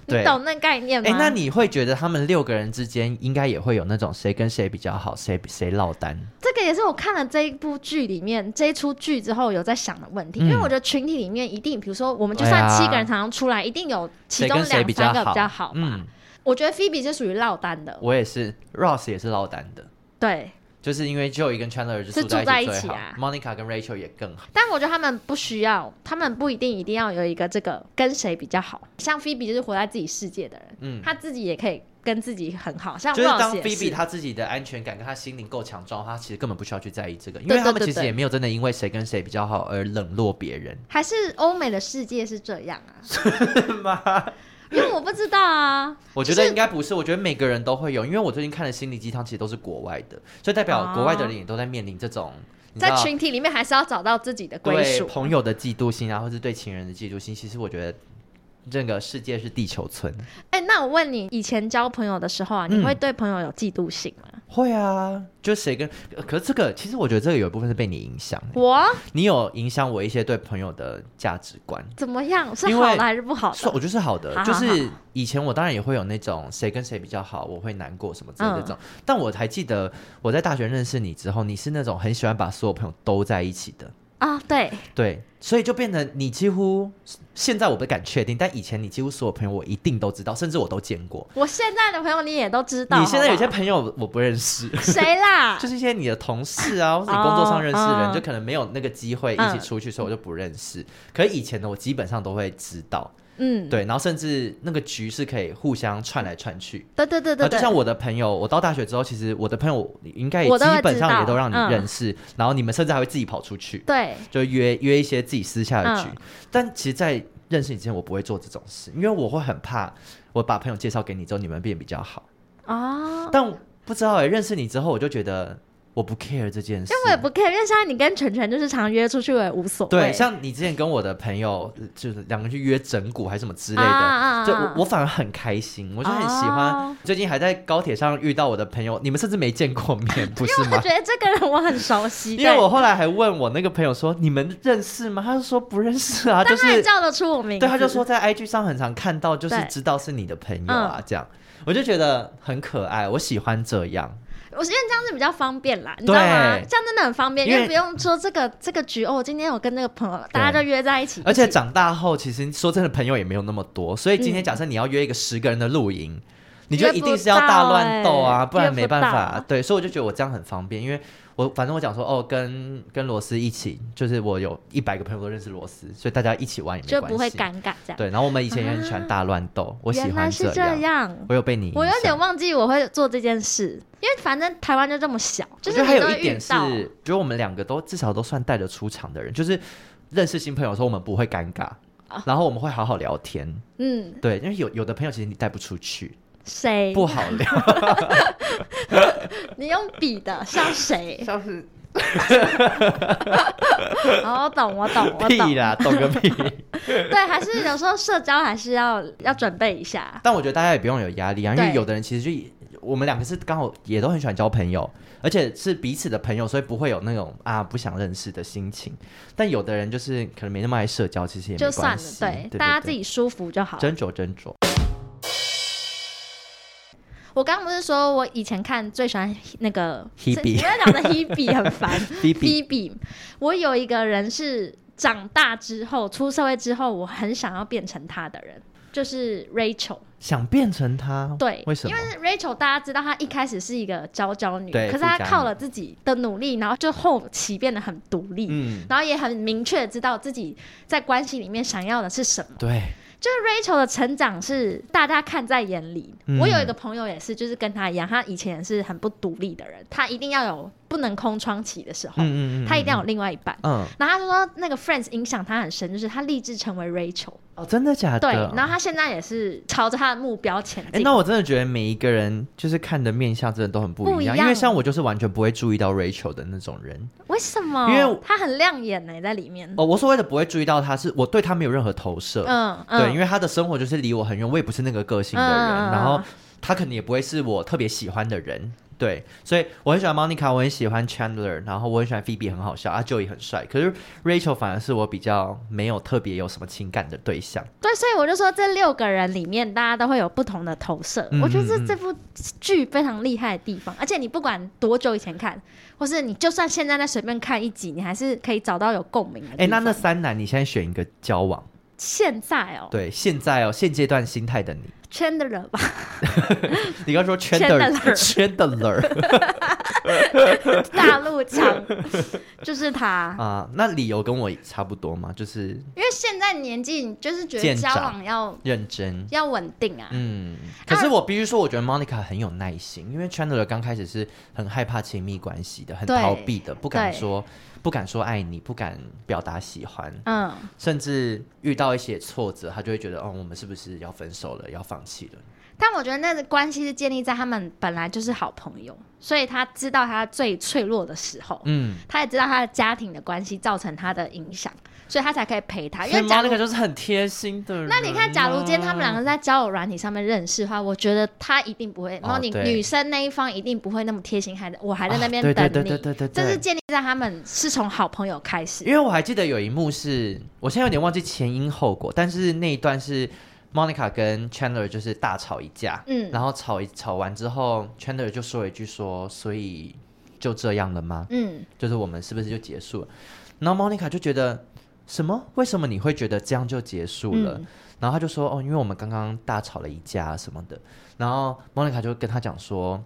S2: 对
S1: 你懂那概念吗？
S2: 哎、那你会觉得他们六个人之间应该也会有那种谁跟谁比较好，谁谁落单？
S1: 这个也是我看了这一部剧里面这一出剧之后有在想的问题，
S2: 嗯
S1: 因为我觉得群体里面一定，比如说我们就
S2: 哎呀
S1: 算七个人常常出来，一定有其
S2: 谁
S1: 中
S2: 跟
S1: 两
S2: 谁
S1: 三个比
S2: 比较好？
S1: 较好嘛。
S2: 嗯，
S1: 我觉得 Phoebe 是属于落单的，
S2: 我也是，Ross 也是落单的，
S1: 对，
S2: 就是因为 Joey 跟 Chandler 就是住在
S1: 住在
S2: 一起
S1: 一
S2: 最
S1: 起
S2: 好、
S1: 啊
S2: m o n i c a 跟 Rachel 也更好。
S1: 但我觉得他们不需要，他们不一定一定要有一个这个跟谁比较好。像 Phoebe 就是活在自己世界的人，
S2: 嗯
S1: 他自己也可以跟自己很好，像
S2: 就是当
S1: Ross 也
S2: Phoebe
S1: 是。
S2: 她自己的安全感跟她心灵够强壮的话，她其实根本不需要去在意这个，因
S1: 对
S2: 为他们
S1: 对对
S2: 其实
S1: 对
S2: 也没有真的因为谁跟谁比较好而冷落别人。
S1: 还是欧美的世界是这样啊？是吗？因为我不知道啊，
S2: 我觉得应该不是，我觉得每个人都会有，因为我最近看的心理鸡汤其实都是国外的，所以代表国外的人也都在面临这种。你知
S1: 哦在
S2: 道啊
S1: 群体里面还是要找到自己的归
S2: 对
S1: 属。
S2: 朋友的嫉妒心啊，或是对情人的嫉妒心，其实我觉得这个世界是地球村。
S1: 哎、那我问你，以前交朋友的时候啊，你
S2: 嗯
S1: 会对朋友有嫉妒心吗？
S2: 会啊，就谁跟？呃可是这个，其实我觉得这个有一部分是被你影响的，
S1: 我
S2: 你有影响我一些对朋友的价值观。
S1: 怎么样？是
S2: 因为
S1: 好的还是不好
S2: 是，我
S1: 的？
S2: 觉得是好的。
S1: 好好
S2: 就是以前我当然也会有那种谁跟谁比较好，我会难过什么之类的这种。
S1: 嗯
S2: 但我还记得我在大学认识你之后，你是那种很喜欢把所有朋友都在一起的，
S1: 啊，对，
S2: 对，所以就变成你几乎现在我不敢确定，但以前你几乎所有朋友我一定都知道，甚至我都见过。
S1: 我现在的朋友你也都知道。
S2: 你现在有些
S1: 好
S2: 朋友我不认识，
S1: 不好谁啦？
S2: 就是一些你的同事啊，或是你工作上认识的人，
S1: 哦
S2: 就可能没有那个机会一起出去，所以我就不认识。可是以前的我基本上都会知道，
S1: 嗯，
S2: 对，然后甚至那个局是可以互相串来串去。
S1: 对对对
S2: 然
S1: 对
S2: 后啊就
S1: 对，
S2: 像我的朋友，我到大学之后，其实我的朋友应该也
S1: 我
S2: 基
S1: 都会
S2: 本
S1: 知
S2: 上也
S1: 道
S2: 都让你
S1: 嗯
S2: 认识，然后你们甚至还会自己跑出去，
S1: 对
S2: 就约约一些自己私下的局。
S1: 嗯
S2: 但其实，在认识你之前，我不会做这种事，因为我会很怕我把朋友介绍给你之后，你们变比较好。
S1: 啊。
S2: 但不知道哎、认识你之后，我就觉得我不 care 这件事
S1: 因。为我也不 care，因为现在你跟晨晨就是常约出去，我也无所谓。
S2: 对，像你之前跟我的朋友，呃就是两个人去约整蛊还是什么之类的，
S1: 啊啊啊啊
S2: 就我我反而很开心，我就很喜欢。
S1: 哦
S2: 最近还在高铁上遇到我的朋友，你们甚至没见过面，不是
S1: 我
S2: 吗？
S1: 觉得这个人我很熟悉，
S2: 因为
S1: 对
S2: 我后来还问我那个朋友说，你们认识吗？他就说不认识啊，就
S1: 但他也
S2: 是
S1: 叫得出我名字。
S2: 对，他就说在 IG 上很常看到，就是
S1: 对嗯
S2: 知道是你的朋友啊，这样我就觉得很可爱，我喜欢这样。
S1: 我是因为这样子比较方便啦，你知道吗？
S2: 对
S1: 这样真的很方便，
S2: 因
S1: 因
S2: 为
S1: 为不用说这个这个局哦，今天我跟那个朋友，大家就约在一起，
S2: 而且
S1: 一起
S2: 长大后，其实说真的，朋友也没有那么多，所以今天
S1: 嗯
S2: 假设你要约一个十个人的露营，你就
S1: 约
S2: 一
S1: 不
S2: 定是要大乱斗啊，
S1: 到欸
S2: 不然没
S1: 嗯
S2: 办
S1: 约不
S2: 法
S1: 到。
S2: 对，所以我就觉得我这样很方便，因为我反正我讲说哦，跟跟罗斯一起，就是我有一百个朋友都认识罗斯，所以大家一起玩也没
S1: 就
S2: 关系，
S1: 不会尴尬这样。
S2: 对，然后我们以前也很喜欢大乱斗，我喜
S1: 原
S2: 欢
S1: 来是
S2: 样。
S1: 样。
S2: 我有被你影响，
S1: 我有点忘记我会做这件事，因为反正台湾就这么小，就
S2: 我
S1: 是
S2: 觉得还
S1: 你都
S2: 有一
S1: 会遇
S2: 点是，
S1: 到。
S2: 觉得我们两个都至少都算带得出场的人，就是认识新朋友的时候，我们不会尴尬。
S1: 哦
S2: 然后我们会好好聊天。
S1: 嗯，
S2: 对，因为有有的朋友其实你带不出去，
S1: 谁？
S2: 不好聊。
S1: 你用笔的，像谁？
S2: 像是
S1: 哦，我懂，我懂，我
S2: 屁
S1: 懂。
S2: 啦，懂个屁。
S1: 对，还是有时候社交还是要要准备一下。
S2: 但我觉得大家也不用有压力啊，因为
S1: 对
S2: 有的人其实就我们两个是刚好也都很喜欢交朋友，而且是彼此的朋友，所以不会有那种啊不想认识的心情。但有的人就是可能没那么爱社交，其实也没
S1: 就算
S2: 关
S1: 了，
S2: 系
S1: 对，
S2: 对
S1: 大家
S2: 对
S1: 自己舒服就好。
S2: 斟酌斟 酌。
S1: 我刚刚不是说我以前看最喜欢那个
S2: Hebe
S1: 不要讲的 Hebe 很烦
S2: Hebe
S1: Hebe，我有一个人是长大之后出社会之后，我很想要变成他的人，就是 Rachel。
S2: 想变成他，
S1: 对
S2: 为什么？
S1: 但是 Rachel 大家知道，她一开始是一个娇娇女，
S2: 对
S1: 可是她
S2: 富家女
S1: 靠了自己的努力，然后就后期变得很独立，
S2: 嗯，
S1: 然后也很明确知道自己在关系里面想要的是什么。
S2: 对，
S1: 就是 Rachel 的成长是大家看在眼里。
S2: 嗯
S1: 我有一个朋友也是，就是跟她一样，她以前是很不独立的人，她一定要有不能空窗期的时候，
S2: 嗯嗯嗯，
S1: 她一定要有
S2: 嗯
S1: 另外一半。
S2: 嗯
S1: 然后她就说，那个 Friends 影响她很深，就是她立志成为 Rachel，
S2: 哦，真的假的？
S1: 对，然后她现在也是朝着她的目标前
S2: 哎、
S1: 进。
S2: 那我真的觉得每一个人就是看的面相真的都很不
S1: 不
S2: 一
S1: 一
S2: 样，
S1: 样
S2: 因为像我就是完全不会注意到 Rachel 的那种人。
S1: 为什么？
S2: 因为
S1: 她很亮眼呢、在里面。
S2: 哦，我所谓的不会注意到他是，我对他没有任何投射。
S1: 嗯嗯，
S2: 呃对，因为他的生活就是离我很远，我也不是那个个性的人，
S1: 嗯嗯嗯
S2: 然后他可能也不会是我特别喜欢的人。对，所以我很喜欢 Monica，我很喜欢 Chandler，然后我很喜欢 Phoebe，很好笑，啊 Joey 很帅。可是 Rachel 反而是我比较没有特别有什么情感的对象。
S1: 对，所以我就说这六个人里面，大家都会有不同的投射。
S2: 嗯
S1: 我觉得
S2: 嗯
S1: 这
S2: 嗯
S1: 这部剧非常厉害的地方，而且你不管多久以前看，或是你就算现在再随便看一集，你还是可以找到有共鸣的地
S2: 哎、
S1: 方。
S2: 那那三男，你现在选一个交往，
S1: 现在哦、
S2: 对，现在哦，现阶段心 态的你，
S1: c h a n d l e r 吧，
S2: 你刚说 Chandler，Chandler
S1: 大陆强，就是他。
S2: 啊，那理由跟我差不多嘛，就是
S1: 因为现在年纪，你就是觉得
S2: 见
S1: 交
S2: 长
S1: 往 要
S2: 认真。
S1: 要稳定啊。
S2: 嗯，可是我必须说，我觉得 Monica 很有耐心，因为 Chandler 刚开始是很害怕亲密关系的，很
S1: 对
S2: 逃避的，不敢
S1: 对
S2: 说不敢说爱你，不敢表达喜欢，
S1: 嗯，
S2: 甚至遇到一些挫折，他就会觉得，哦，我们是不是要分手了，要放弃了？
S1: 但我觉得那个关系是建立在他们本来就是好朋友，所以他知道他最脆弱的时候，
S2: 嗯，
S1: 他也知道他的家庭的关系造成他的影响，所以他才可以陪他。因
S2: 所以
S1: 为假如
S2: Monica 就是很贴心的人、
S1: 那
S2: 啊
S1: 你看，假如今天他们两个。在交友软体上面认识的话，我觉得他一定不会，然后你
S2: 对
S1: 女生那一方一定不会那么贴心，还我还在那边
S2: 啊对
S1: 等
S2: 对
S1: 你。
S2: 对对对对对
S1: 这是建立在他们是从好朋友开始。
S2: 因为我还记得有一幕是，我现在有点忘记前因后果，但是那一段是 Monica 跟 Chandler 就是大吵一架，
S1: 嗯
S2: 然后吵一吵完之后，Chandler 就说了一句说，所以就这样了吗？
S1: 嗯，
S2: 就是我们是不是就结束了？然后 Monica 就觉得什么？为什么你会觉得这样就结束了？
S1: 嗯
S2: 然后他就说哦，因为我们刚刚大吵了一架什么的。然后 Monica 就跟他讲说，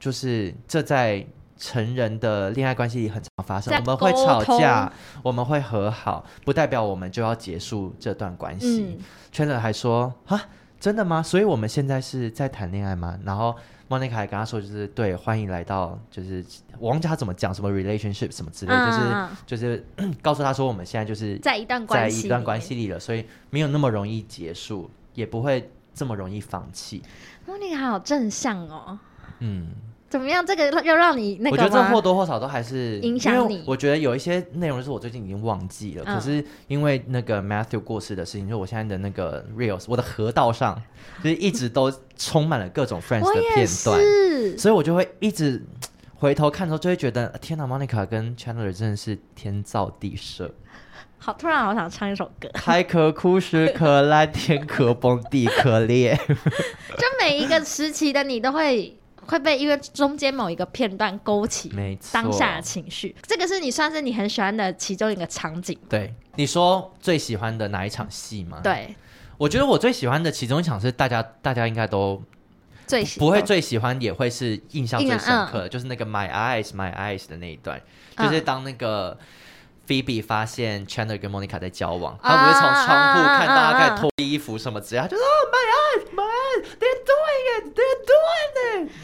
S2: 就是这在成人的恋爱关系里很常发生，
S1: 在
S2: 我们会吵
S1: 沟
S2: 架
S1: 通，
S2: 我们会和好，不代表我们就要结束这段关系
S1: 嗯。
S2: 圈、嗯、还说啊，真的吗？所以我们现在是在谈恋爱吗？然后 Monica 还跟他说，就是对，欢迎来到，就是我忘记他怎么讲，什么 relationship 什么之类，
S1: 嗯
S2: 就是就是 告诉他说，我们现在就是
S1: 在一段
S2: 在
S1: 关系，
S2: 一段关系。里了，所以没有那么容易结束，也不会这么容易放弃。
S1: 莫妮卡好正向哦，
S2: 嗯，
S1: 怎么样？这个要让你那
S2: 我
S1: 个
S2: 觉得这
S1: 吗
S2: 或多或少都还是
S1: 影响
S2: 因为
S1: 你
S2: 我觉得有一些内容是我最近已经忘记了，
S1: 嗯
S2: 可是因为那个 Matthew 过世的事情，就我现在的那个 reels，我的河道上就是一直都充满了各种 Friends
S1: 我
S2: 的
S1: 也
S2: 片段，
S1: 是，
S2: 所以我就会一直。回头看的时候，就会觉得天哪，Monica 跟 Chandler 真的是天造地设，
S1: 好突然，好想唱一首歌。
S2: 开壳 枯石壳烂，天壳崩地壳裂。
S1: 就每一个时期的你都会会被因为中间某一个片段勾起
S2: 没错
S1: 当下的情绪，这个是你算是你很喜欢的其中一个场景。
S2: 对，你说最喜欢的哪一场戏吗？，
S1: 对，
S2: 我觉得我最喜欢的其中一场是大家大家应该都
S1: 最喜
S2: 不会最喜欢，也会是印象最
S1: 印象嗯
S2: 深刻的，就是那个 My Eyes My Eyes 的那一段，就是当那个。Phoebe 发现 Chandler
S1: 啊啊
S2: 跟 Monica 在交往，他不是从窗户看到他开始脱衣服什么之类，他就说哦 My eyes, my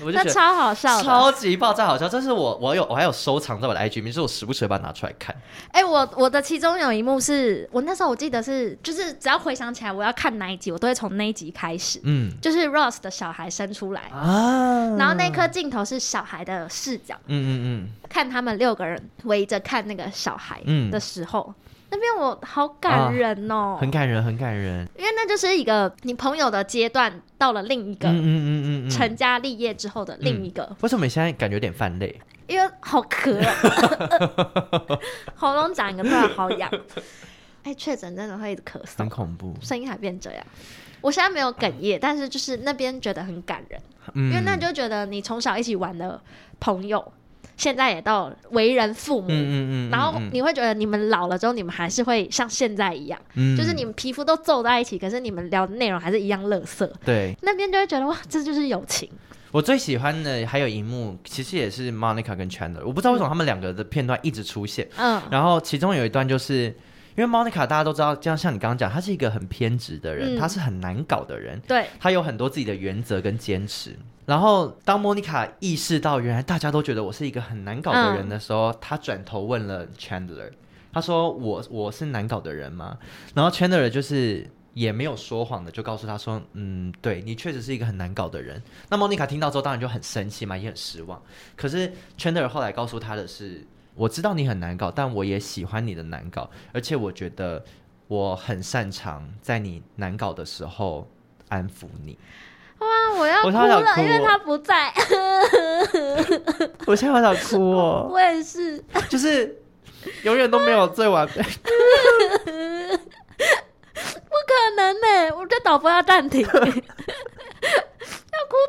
S2: 我就
S1: 那
S2: 觉得。
S1: 超好笑的。
S2: 超级爆炸好笑，这是我我有我还有收藏在我的 IG 里面，就是我时不时会把它拿出来看。
S1: 哎、我我的其中有一幕是我那时候我记得是，就是只要回想起来我要看哪一集，我都会从那一集开始，
S2: 嗯
S1: 就是 Ross 的小孩生出来，
S2: 啊
S1: 然后那颗镜头是小孩的视角，
S2: 嗯嗯
S1: 看他们六个人围着看那个小孩
S2: 嗯
S1: 的时候，那边我好感人哦、
S2: 嗯，很感人，很感人。
S1: 因为那就是一个你朋友的阶段到了另一个。
S2: 嗯嗯嗯嗯
S1: 成
S2: 嗯。
S1: 家立业之后的另一个，
S2: 为什么你现在感觉有点泛泪？
S1: 因为好咳哦， 喉咙长一个突然好 痒。哎、确诊真的会一直咳嗽
S2: 很，恐怖。
S1: 声音还变这样。我现在没有哽咽，但是就是那边觉得很感人，
S2: 嗯，
S1: 因为那就觉得你从小一起玩的朋友，现在也到为人父母，
S2: 嗯嗯嗯嗯，
S1: 然后
S2: 嗯
S1: 你会觉得你们老了之后，你们还是会像现在一样，
S2: 嗯
S1: 就是你们皮肤都皱在一起，可是你们聊的内容还是一样乐色。
S2: 对
S1: 那边就会觉得哇，这就是友情。
S2: 我最喜欢的还有一幕，其实也是 Monica 跟 Chandler，我不知道为什么他们两个的片段一直出现。
S1: 嗯，
S2: 然后其中有一段就是。因为 Monica 大家都知道，就像像你刚刚讲，她是一个很偏执的
S1: 嗯
S2: 人，她是很难搞的人，
S1: 对，
S2: 她有很多自己的原则跟坚持。然后当 Monica 意识到原来大家都觉得我是一个很难搞的人的时候，她转头问了 Chandler，她说我我是难搞的人吗？然后 Chandler 就是也没有说谎的，就告诉她说，嗯，对你确实是一个很难搞的人。那 Monica 听到之后当然就很生气嘛，也很失望。可是 Chandler 后来告诉她的是，我知道你很难搞，但我也喜欢你的难搞，而且我觉得我很擅长在你难搞的时候安抚你。
S1: 啊，我要哭
S2: 我超想
S1: 了，
S2: 哭
S1: 因为
S2: 哦
S1: 他不在，
S2: 我现在好想哭哦，
S1: 我也是。
S2: 就是永远都没有最完美。
S1: 可能呢、我这导播要暂停，要 哭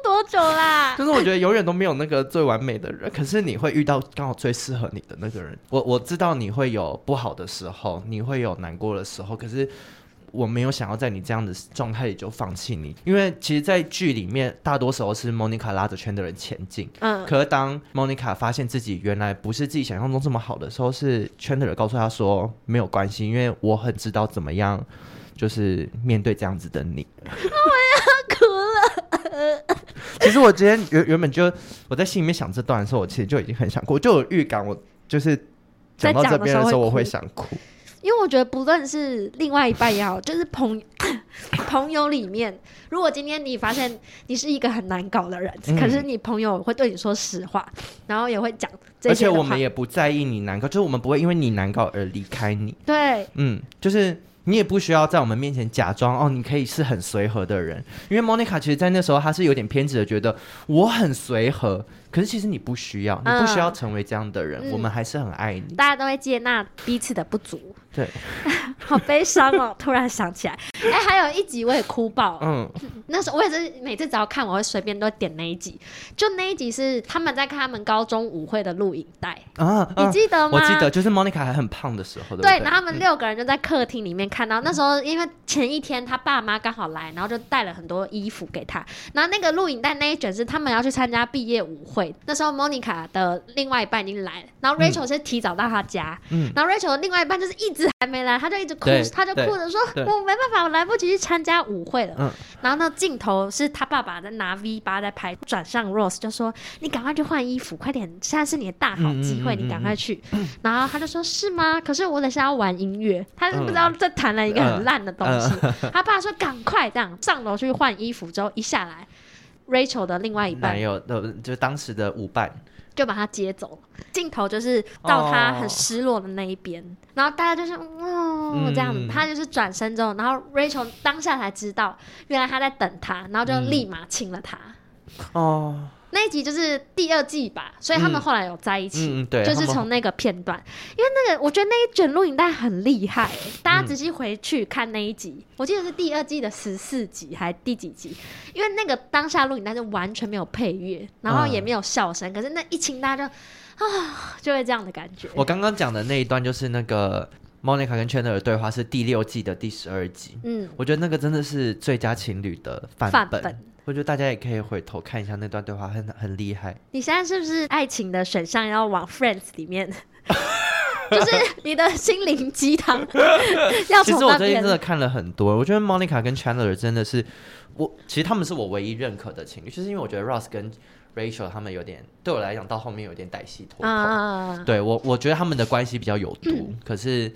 S1: 多久啦？
S2: 就是我觉得永远都没有那个最完美的人，可是你会遇到刚好最适合你的那个人。我我知道你会有不好的时候，你会有难过的时候，可是我没有想要在你这样的状态里就放弃你，因为其实，在剧里面大多时候是 Monica 拉着圈的人前进。
S1: 嗯，
S2: 可是当 Monica 发现自己原来不是自己想象中这么好的时候，是 Chandler 告诉她说没有关系，因为我很知道怎么样，就是面对这样子的你。
S1: 哭了。
S2: 其实我今天原原本就我在心里面想这段的时候，我其实就已经很想哭，我就有预感，我就是讲到这边的
S1: 在讲的时
S2: 时
S1: 候
S2: 候
S1: 会
S2: 我会
S1: 哭
S2: 想哭。
S1: 因为我觉得不论是另外一半也好，就是朋 朋友里面，如果今天你发现你是一个很难搞的人，
S2: 嗯
S1: 可是你朋友会对你说实话，然后也会讲这
S2: 而
S1: 些
S2: 且
S1: 的话，
S2: 我们也不在意你难搞，就是我们不会因为你难搞而离开你。
S1: 对
S2: 嗯，就是你也不需要在我们面前假装哦，你可以是很随和的人。因为 Monica 其实，在那时候她是有点偏执的，觉得我很随和，可是其实你不需要，你不需要成为这样的人，
S1: 嗯
S2: 我们还是很爱你。
S1: 大家都会接纳彼此的不足，
S2: 对，
S1: 好悲伤哦！突然想起来，哎、还有一集我也哭爆了，
S2: 嗯
S1: 那时候我也是每次只要看，我会随便都点那一集。就那一集是他们在看他们高中舞会的录影带，
S2: 啊，啊
S1: 嗯你记得吗？
S2: 我记得，就是 Monica 还很胖的时候，对不
S1: 对，
S2: 对？嗯
S1: 然后他们六个人就在客厅里面看到，那时候因为前一天他爸妈刚好来，然后就带了很多衣服给他。然后那个录影带那一卷是他们要去参加毕业舞会，那时候 Monica 的另外一半已经来了，然后 Rachel 是提早到他家，
S2: 嗯
S1: 然后 Rachel 的另外一半就是一直还没来，他就一直哭
S2: 对，
S1: 他就哭着说
S2: 对对
S1: 我没办法，我来不及去参加舞会了。
S2: 嗯
S1: 然后那镜头是他爸爸在拿 V 八在拍，转向 Rose 就说：“你赶快去换衣服，快点，现在是你的大好机会，
S2: 嗯嗯嗯
S1: 你赶快去。然后他就说：“是吗？可是我等下要玩音乐。”他是不知道这弹了一个很烂的东西。
S2: 嗯
S1: 他爸说：“赶快这样上楼去换衣服。”之后一下来，Rachel 的另外一
S2: 男
S1: 半
S2: 友的，就是当时的舞伴，
S1: 就把他接走。镜头就是到他很失落的那一边，然后大家就是哦
S2: 嗯
S1: 这样子，他就是转身之后，然后 Rachel 当下才知道原来他在等他，然后
S2: 嗯
S1: 就立马亲了他。
S2: 哦，
S1: 那一集就是第二季吧，所以他们
S2: 嗯
S1: 后来有在一起。
S2: 嗯嗯，对，
S1: 就是
S2: 他们
S1: 从那个片段，因为那个我觉得那一卷录影带很厉害、欸大
S2: 嗯
S1: 家仔细回去看那一集，我记得是第二季的十四集还第几集，因为那个当下录影带是完全没有配乐，然
S2: 嗯
S1: 后也没有笑声，可是那一亲大家就啊就会这样的感觉。
S2: 我刚刚讲的那一段就是那个 Monica 跟 Chandler 的对话是第六季的第十二集，
S1: 嗯，
S2: 我觉得那个真的是最佳情侣的范
S1: 范
S2: 本。
S1: 本
S2: 我觉得大家也可以回头看一下那段对话很，很厉害。
S1: 你现在是不是爱情的选项要往 Friends 里面 就是你的心灵鸡汤 要
S2: 其
S1: 从
S2: 实我
S1: 那
S2: 最近
S1: 边
S2: 真的看了很多，我觉得 Monica 跟 Chandler 真的是我，其实他们是我唯一认可的情侣，就是因为我觉得 Ross 跟 Rachel 他们有点对我来讲到后面有点歹戏拖
S1: 啊嗯
S2: 棚，
S1: 啊，啊
S2: 对我我觉得他们的关系比较有毒，可是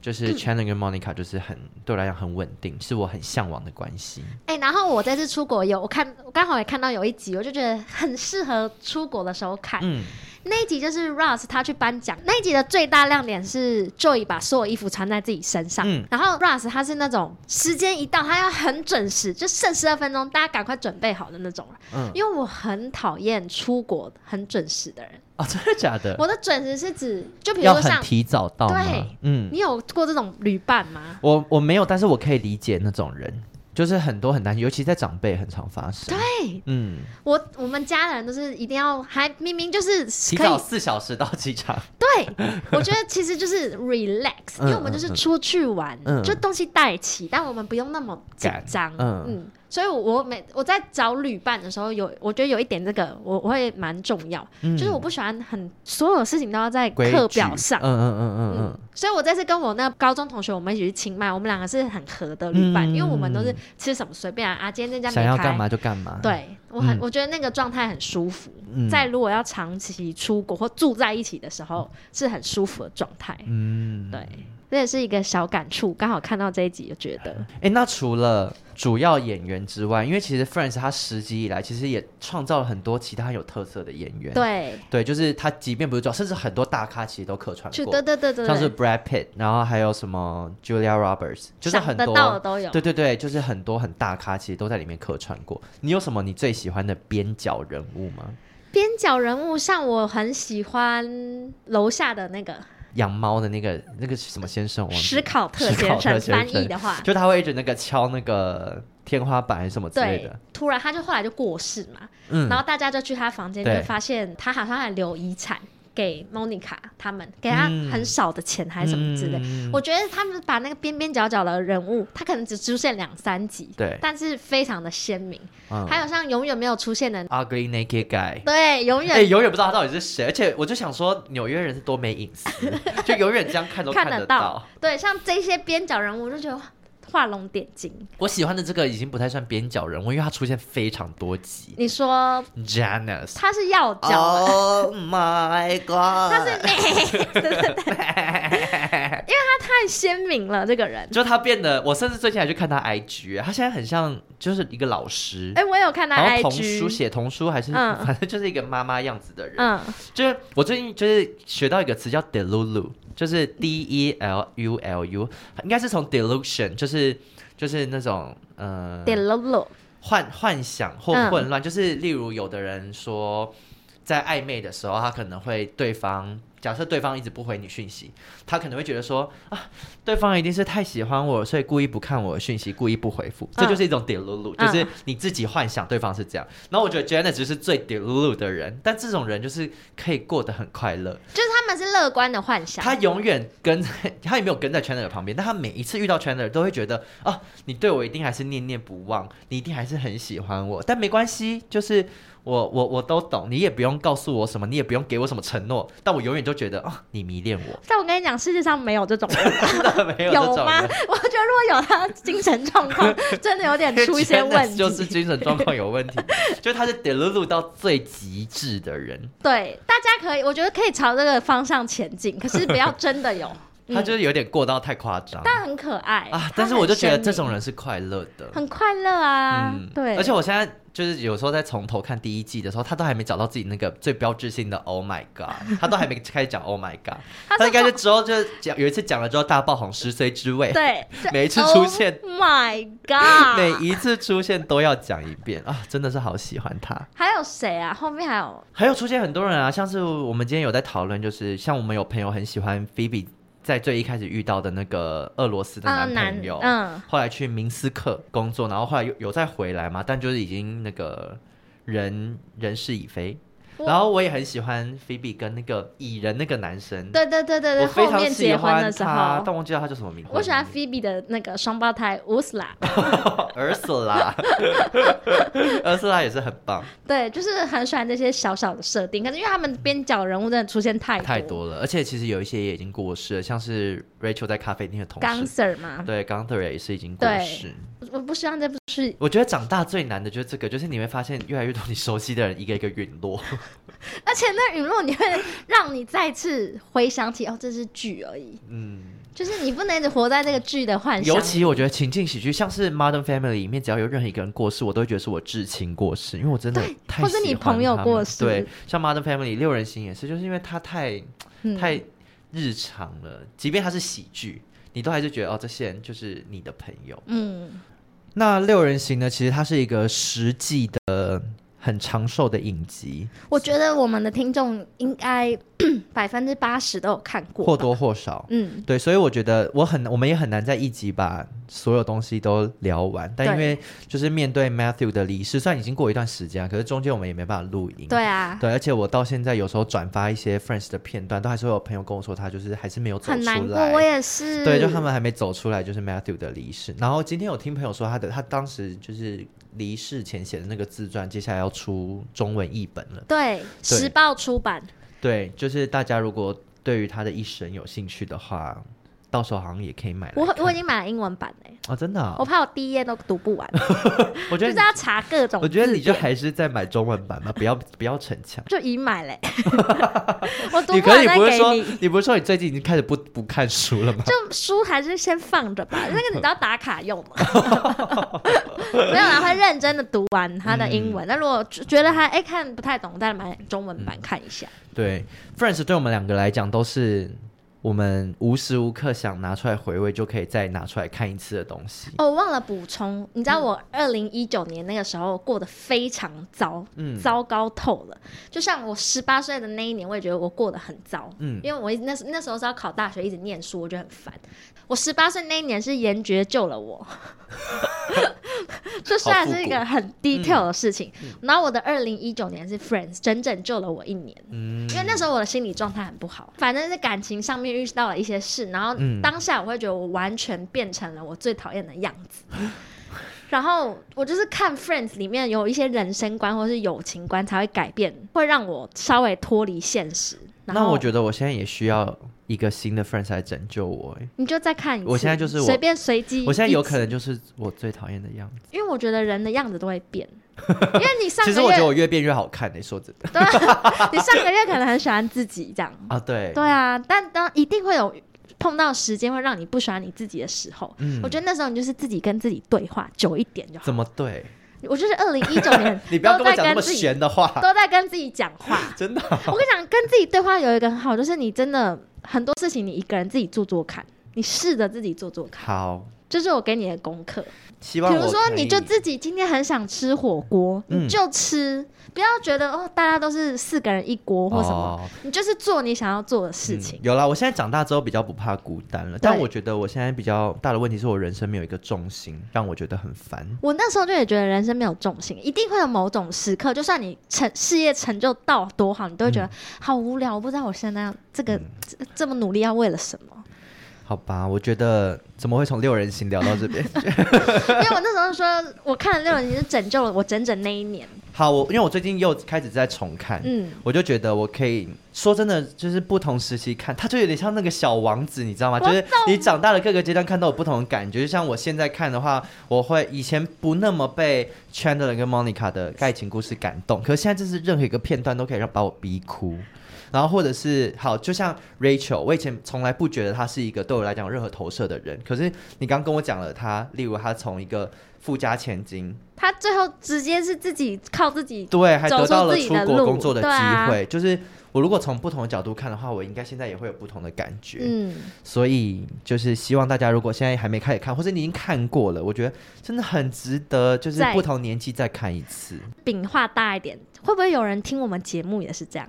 S2: 就是
S1: 嗯
S2: Chandler 跟 Monica 就是很对我来讲很稳定，是我很向往的关系。
S1: 哎、然后我这次出国有我看，我刚好也看到有一集，我就觉得很适合出国的时候看。
S2: 嗯，
S1: 那一集就是 Ross 他去颁奖，那一集的最大亮点是 Joy 把所有衣服穿在自己身上，
S2: 嗯
S1: 然后 Ross 他是那种时间一到他要很准时，就剩十二分钟，大家赶快准备好的那种了。
S2: 嗯
S1: 因为我很讨厌出国很准时哦的人，
S2: 啊，真的假的？
S1: 我的准时是指就比如
S2: 要
S1: 说
S2: 很
S1: 像
S2: 提早到吗
S1: 对？
S2: 嗯，
S1: 你有过这种旅伴吗？
S2: 我我没有，但是我可以理解那种人，就是很多很担心，尤其在长辈很常发生。
S1: 对
S2: 嗯，
S1: 我，我们家人都是一定要还明明就是
S2: 提
S1: 可以
S2: 早四小时到机场。
S1: 对， 我觉得其实就是 relax，因为我们就是
S2: 嗯嗯嗯
S1: 出去玩，
S2: 嗯
S1: 就东西带齐，但我们不用那么紧
S2: 赶
S1: 张。嗯
S2: 嗯
S1: 所以我我每我在找旅伴的时候有，我觉得有一点这个我我会蛮重要，
S2: 嗯
S1: 就是我不喜欢很所有事情都要在
S2: 规
S1: 课
S2: 矩
S1: 表上
S2: 嗯。嗯嗯嗯
S1: 嗯
S2: 嗯，
S1: 所以我这次跟我那高中同学，我们一起去清迈，我们两个是很合的旅伴，
S2: 嗯
S1: 因为我们都是吃什么随便啊，啊今天这
S2: 嗯，
S1: 家
S2: 想
S1: 没
S2: 要
S1: 开
S2: 干嘛就干嘛。，
S1: 对我很、
S2: 嗯
S1: 我觉得那个状态很舒服，
S2: 嗯
S1: 在如果要长期出国或住在一起的时候，是很舒服的状态。
S2: 嗯，
S1: 对，这也是一个小感触，刚好看到这一集就觉得，
S2: 哎，那除了主要演员之外，因为其实 Friends 他十集以来其实也创造了很多其他很有特色的演员。，
S1: 对，
S2: 对，就是他即便不是主要，甚至很多大咖其实都客串
S1: 就
S2: 过，
S1: 对对对对
S2: 像是
S1: 对，
S2: Brad Pitt，然后还有什么 Julia Roberts，就是
S1: 想
S2: 很
S1: 得
S2: 多
S1: 到的都有。
S2: 对对对，就是很多很大咖其实都在里面客串过。你有什么你最喜欢的边角人物吗？
S1: 边角人物像我很喜欢楼下的那个
S2: 养猫的那个那个什么先生，我忘记
S1: 史
S2: 了
S1: 考特
S2: 史
S1: 先
S2: 考特
S1: 生
S2: 先
S1: 翻译
S2: 生
S1: 的话，
S2: 就他会一直那个敲那个天花板还是什么之类
S1: 对
S2: 的。，
S1: 突然他就后来就过世嘛，
S2: 嗯
S1: 然后大家就去他房间，
S2: 对
S1: 就发现他好像还留遗产给 Monica 他们，给他
S2: 嗯
S1: 很少的钱还是什么之类。
S2: 嗯
S1: 我觉得他们把那个边边角角的人物，他可能只出现两三集，
S2: 对
S1: 但是非常的鲜明。
S2: 嗯
S1: 还有像永远没有出现的，
S2: Ugly Naked Guy。
S1: 对，永
S2: 哎、
S1: 远
S2: 永远不知道他到底是谁，而且我就想说，纽约人是多 没隐私，就永远这样 看都
S1: 看
S2: 看
S1: 得
S2: 得
S1: 到。对，像这些边角人物，我就觉得哇画龙点睛。
S2: 我喜欢的这个已经不太算边角人物，因为他出现非常多集。
S1: 你说
S2: Janice，
S1: 他是要角吗
S2: Oh my god！
S1: 他是太鲜明了，这个人。
S2: 就他变得，我甚至最近还去看他 IG，他现在很像就是一个老师，
S1: 哎、我有看他
S2: 然后童
S1: IG，
S2: 书写童书还是、
S1: 嗯
S2: 反正就是一个妈妈样子的人。
S1: 嗯，
S2: 就是我最近就是学到一个词叫 delulu，就是 D E L U L U，应该是从 delusion，就是就是那种呃
S1: d e l o l o
S2: 幻幻想或
S1: 嗯
S2: 混乱，就是例如有的人说，在暧昧的时候，他可能会对方假设对方一直不回你讯息，他可能会觉得说啊，对方一定是太喜欢我，所以故意不看我的讯息，故意不回复，这就是一种 delulu，、
S1: 嗯
S2: 就是你自己幻想对方是这样。然后我觉得 Janet 就是最 delulu 的人，但这种人就是可以过得很快乐，
S1: 就是他们是乐观的幻想。
S2: 他永远跟在 他也没有跟在 Chandler 旁边，但他每一次遇到 Chandler 都会觉得啊，你对我一定还是念念不忘，你一定还是很喜欢我。但没关系，就是我我我都懂，你也不用告诉我什么，你也不用给我什么承诺，但我永远都觉得啊，你迷恋我，
S1: 但我跟你讲，世界上没有这种人，
S2: 真的没有这
S1: 有
S2: 种
S1: 吗？
S2: 人。
S1: 我觉得如果有他精神状况，真的有点出 一些
S2: Chandler
S1: 问题。
S2: 就是精神状况有问题， 就是他是 delulu 到最极致的人，
S1: 对，大家可以，我觉得可以朝这个方向前进，可是不要真的有，
S2: 他就是有点过到太夸张、
S1: 嗯但很可爱
S2: 啊
S1: 他。
S2: 但是我就觉得
S1: 很鲜
S2: 这
S1: 明
S2: 种人是快乐的，
S1: 很快乐啊，
S2: 嗯，
S1: 对，
S2: 而且我现在就是有时候在从头看第一季的时候，他都还没找到自己那个最标志性的 “Oh my God”，他都还没开始讲 “Oh my God”，
S1: 他
S2: 他
S1: 是
S2: 应该是之后就是讲有一次讲了之后大爆红十岁之位，
S1: 对，
S2: 每一次出现
S1: Oh my God，
S2: 每一次出现都要讲一遍啊，真的是好喜欢他。
S1: 还有谁啊？后面还有
S2: 还有出现很多人啊，像是我们今天有在讨论，就是像我们有朋友很喜欢 Phoebe 在最一开始遇到的那个俄罗斯的
S1: 啊
S2: 男朋友，
S1: 嗯，
S2: 后来去明斯克工作，然后后来有有再回来嘛，但就是已经那个人人事已非。
S1: 哇
S2: 然后我也很喜欢菲比跟那个蚁人那个男生，
S1: 对对对对对，
S2: 我非
S1: 后
S2: 常
S1: 面
S2: 喜
S1: 结婚
S2: 欢
S1: 的时
S2: 他，
S1: 候，
S2: 但忘记了他叫什么名字。
S1: 我喜欢 Phoebe 的那个双胞胎 Ursula，
S2: 儿 死啦，儿死啦也是很棒，
S1: 对，就是很喜欢这些小小的设定。可是因为他们边角人物真的出现太
S2: 太多了。而且其实有一些也已经过世了，像是 Rachel 在咖啡厅的同事，
S1: ，Ganser 嘛，
S2: 对 g u n t h e r 也是已经过
S1: 对
S2: 世。
S1: 我不希望这部是，
S2: 我觉得长大最难的就是这个，就是你会发现越来越多你熟悉的人一个一个陨落。
S1: 而且那陨落你会 让你再次回想起哦，这是剧而已，
S2: 嗯，
S1: 就是你不能一直活在这个剧的幻想。
S2: 尤其我觉得情境喜剧，像是 Modern Family 里面，只要有任何一个人过世，我都会觉得是我至亲过世，因为我真的
S1: 对
S2: 太
S1: 或是你
S2: 喜欢
S1: 朋友
S2: 他
S1: 过
S2: 们
S1: 世
S2: 对，像 Modern Family 六人行也是，就是因为它太
S1: 嗯
S2: 太日常了，即便它是喜剧，你都还是觉得哦，这些人就是你的朋友。
S1: 嗯，
S2: 那六人行呢，其实它是一个实际的很长寿的影集，
S1: 我觉得我们的听众应该 百分之八十都有看过，
S2: 或多或少。
S1: 嗯，
S2: 对，所以我觉得我很，我们也很难在一集把所有东西都聊完。但因为就是面对 Matthew 的离世，虽然已经过一段时间啊，可是中间我们也没办法录音。
S1: 对啊，
S2: 对而且我到现在有时候转发一些 Friends 的片段，都还是会有朋友跟我说，他就是还是没有走
S1: 很难
S2: 出
S1: 过，我
S2: 来。
S1: 也是，
S2: 对，就他们还没走出来，就是 Matthew 的离世。然后今天有听朋友说，他的他当时就是离世前写的那个自传，接下来要出中文译本了。
S1: 对时报出版，
S2: 对，就是大家如果对于他的一生有兴趣的话，到时候好像也可以买来
S1: 我
S2: 看
S1: 我已经买了英文版嘞，
S2: 哦，真的啊、
S1: 我怕我第一页都读不完，
S2: 我
S1: 就
S2: 觉得
S1: 是
S2: 你，
S1: 要查各种字典。
S2: 我觉得你就还是在买中文版吧，不要不要逞 强。
S1: 就已买 嘞，我读
S2: 你
S1: 不
S2: 可
S1: 完
S2: 是你
S1: 再
S2: 不是说
S1: 给你。
S2: 你不是说你最近已经开始不不看书了吗？
S1: 就书还是先放着吧，那个你知道打卡用吗？ 没有啦，会认真的读完他的英
S2: 嗯
S1: 文。那、如果觉得他哎、看不太懂，再买中文版看一下。
S2: 对，Friends 对我们两个来讲都是我们无时无刻想拿出来回味，就可以再拿出来看一次的东西。
S1: 哦，我忘了补充，你知
S2: 嗯
S1: 道我二零一九年那个时候过得非常糟，
S2: 嗯
S1: 糟糕透了。就像我十八岁的那一年，我也觉得我过得很糟，
S2: 嗯
S1: 因为我一那时那时候是要考大学，一直念书，我觉得很烦。我十八岁那一年是严爵救了 我，这虽然是一个很 detail 的事情，
S2: 嗯
S1: 然后我的二零一九年是 Friends 整整救了我一年。
S2: 嗯
S1: 因为那时候我的心理状态很不好，反正是感情上面遇到了一些事，然后
S2: 嗯
S1: 当下我会觉得我完全变成了我最讨厌的样 子。然后我就是看《Friends》里面有一些人生观或是友情观才会改变，会让我稍微脱离现实。然
S2: 那
S1: 后
S2: 我觉得我现在也需要一个新的 Friends 来拯救我、欸。
S1: 你就再看一次，
S2: 我现在就是我
S1: 随便随机。
S2: 我现在有可，能就是我最讨厌的样子。
S1: 因为我觉得人的样子都会 变，因为你上
S2: 其
S1: 个
S2: 实我觉得
S1: 月，
S2: 我越变越好看、欸，说真的
S1: 你上个月可能很喜欢自己 这样，
S2: 啊，对，
S1: 对啊，但当一定会有碰到时间会让你不喜欢你自己的时候，
S2: 嗯
S1: 我觉得那时候你就是自己跟自己对话久一点就好。
S2: 怎么对？
S1: 我就是二零一九年
S2: 你不要
S1: 都
S2: 跟
S1: 在
S2: 我讲那
S1: 跟
S2: 么
S1: 自己
S2: 玄的话，
S1: 都在跟自己讲话。
S2: 真的啊、
S1: 我跟你讲，跟自己对话有一个很好，就是你真的很多事情你一个人自己做做看，你试着自己做做看，
S2: 好，
S1: 这是我给你的功课。
S2: 希
S1: 比
S2: 望
S1: 如
S2: 我
S1: 说，
S2: 可
S1: 你就
S2: 以
S1: 自己今天很想吃火锅，
S2: 嗯
S1: 你就吃，不要觉得哦，大家都是四个人一锅或什么，
S2: 哦
S1: 你就是做你想要做的事情
S2: 嗯。有啦，我现在长大之后比较不怕孤单了，但
S1: 对
S2: 我觉得我现在比较大的问题是我人生没有一个重心，让我觉得很烦。
S1: 我那时候就也觉得人生没有重心，一定会有某种时刻，就算你成事业成就到多好，你都会觉
S2: 嗯
S1: 得、好无聊，我不知道我现在这个、这这么努力要为了什 么。
S2: 好吧，我觉得怎么会从六人行聊到这边？
S1: 因 为我那时候说，我看了《六人行》就拯救了我整整那一年。
S2: 好，我因为我最近又开始在重看，
S1: 嗯
S2: 我就觉得我可以说真的，就是不同时期看，它就有点像那个小王子，你知道吗？
S1: 我
S2: 就是你长大的各个阶段看到有不同的感觉。就像我现在看的话，我会以前不那么被 Chandler 跟 Monica 的爱情故事感动，可是现在就是任何一个片段都可以让把我逼哭。然后或者是好，就像 Rachel，我以前从来不觉得她是一个对我来讲有任何投射的人，可是你刚跟我讲了她，例如她从一个富家千金，
S1: 他最后直接是自己靠自己，
S2: 对，还
S1: 走
S2: 得
S1: 出
S2: 到了
S1: 自己
S2: 出
S1: 的
S2: 国
S1: 路
S2: 工作的机
S1: 对啊
S2: 会。就是我如果从不同的角度看的话，我应该现在也会有不同的感觉。
S1: 嗯，
S2: 所以就是希望大家如果现在还没开始看，或者你已经看过了，我觉得真的很值得，就是
S1: 再
S2: 不同年纪再看一次。
S1: 饼画大一点，会不会有人听我们节目也是这样？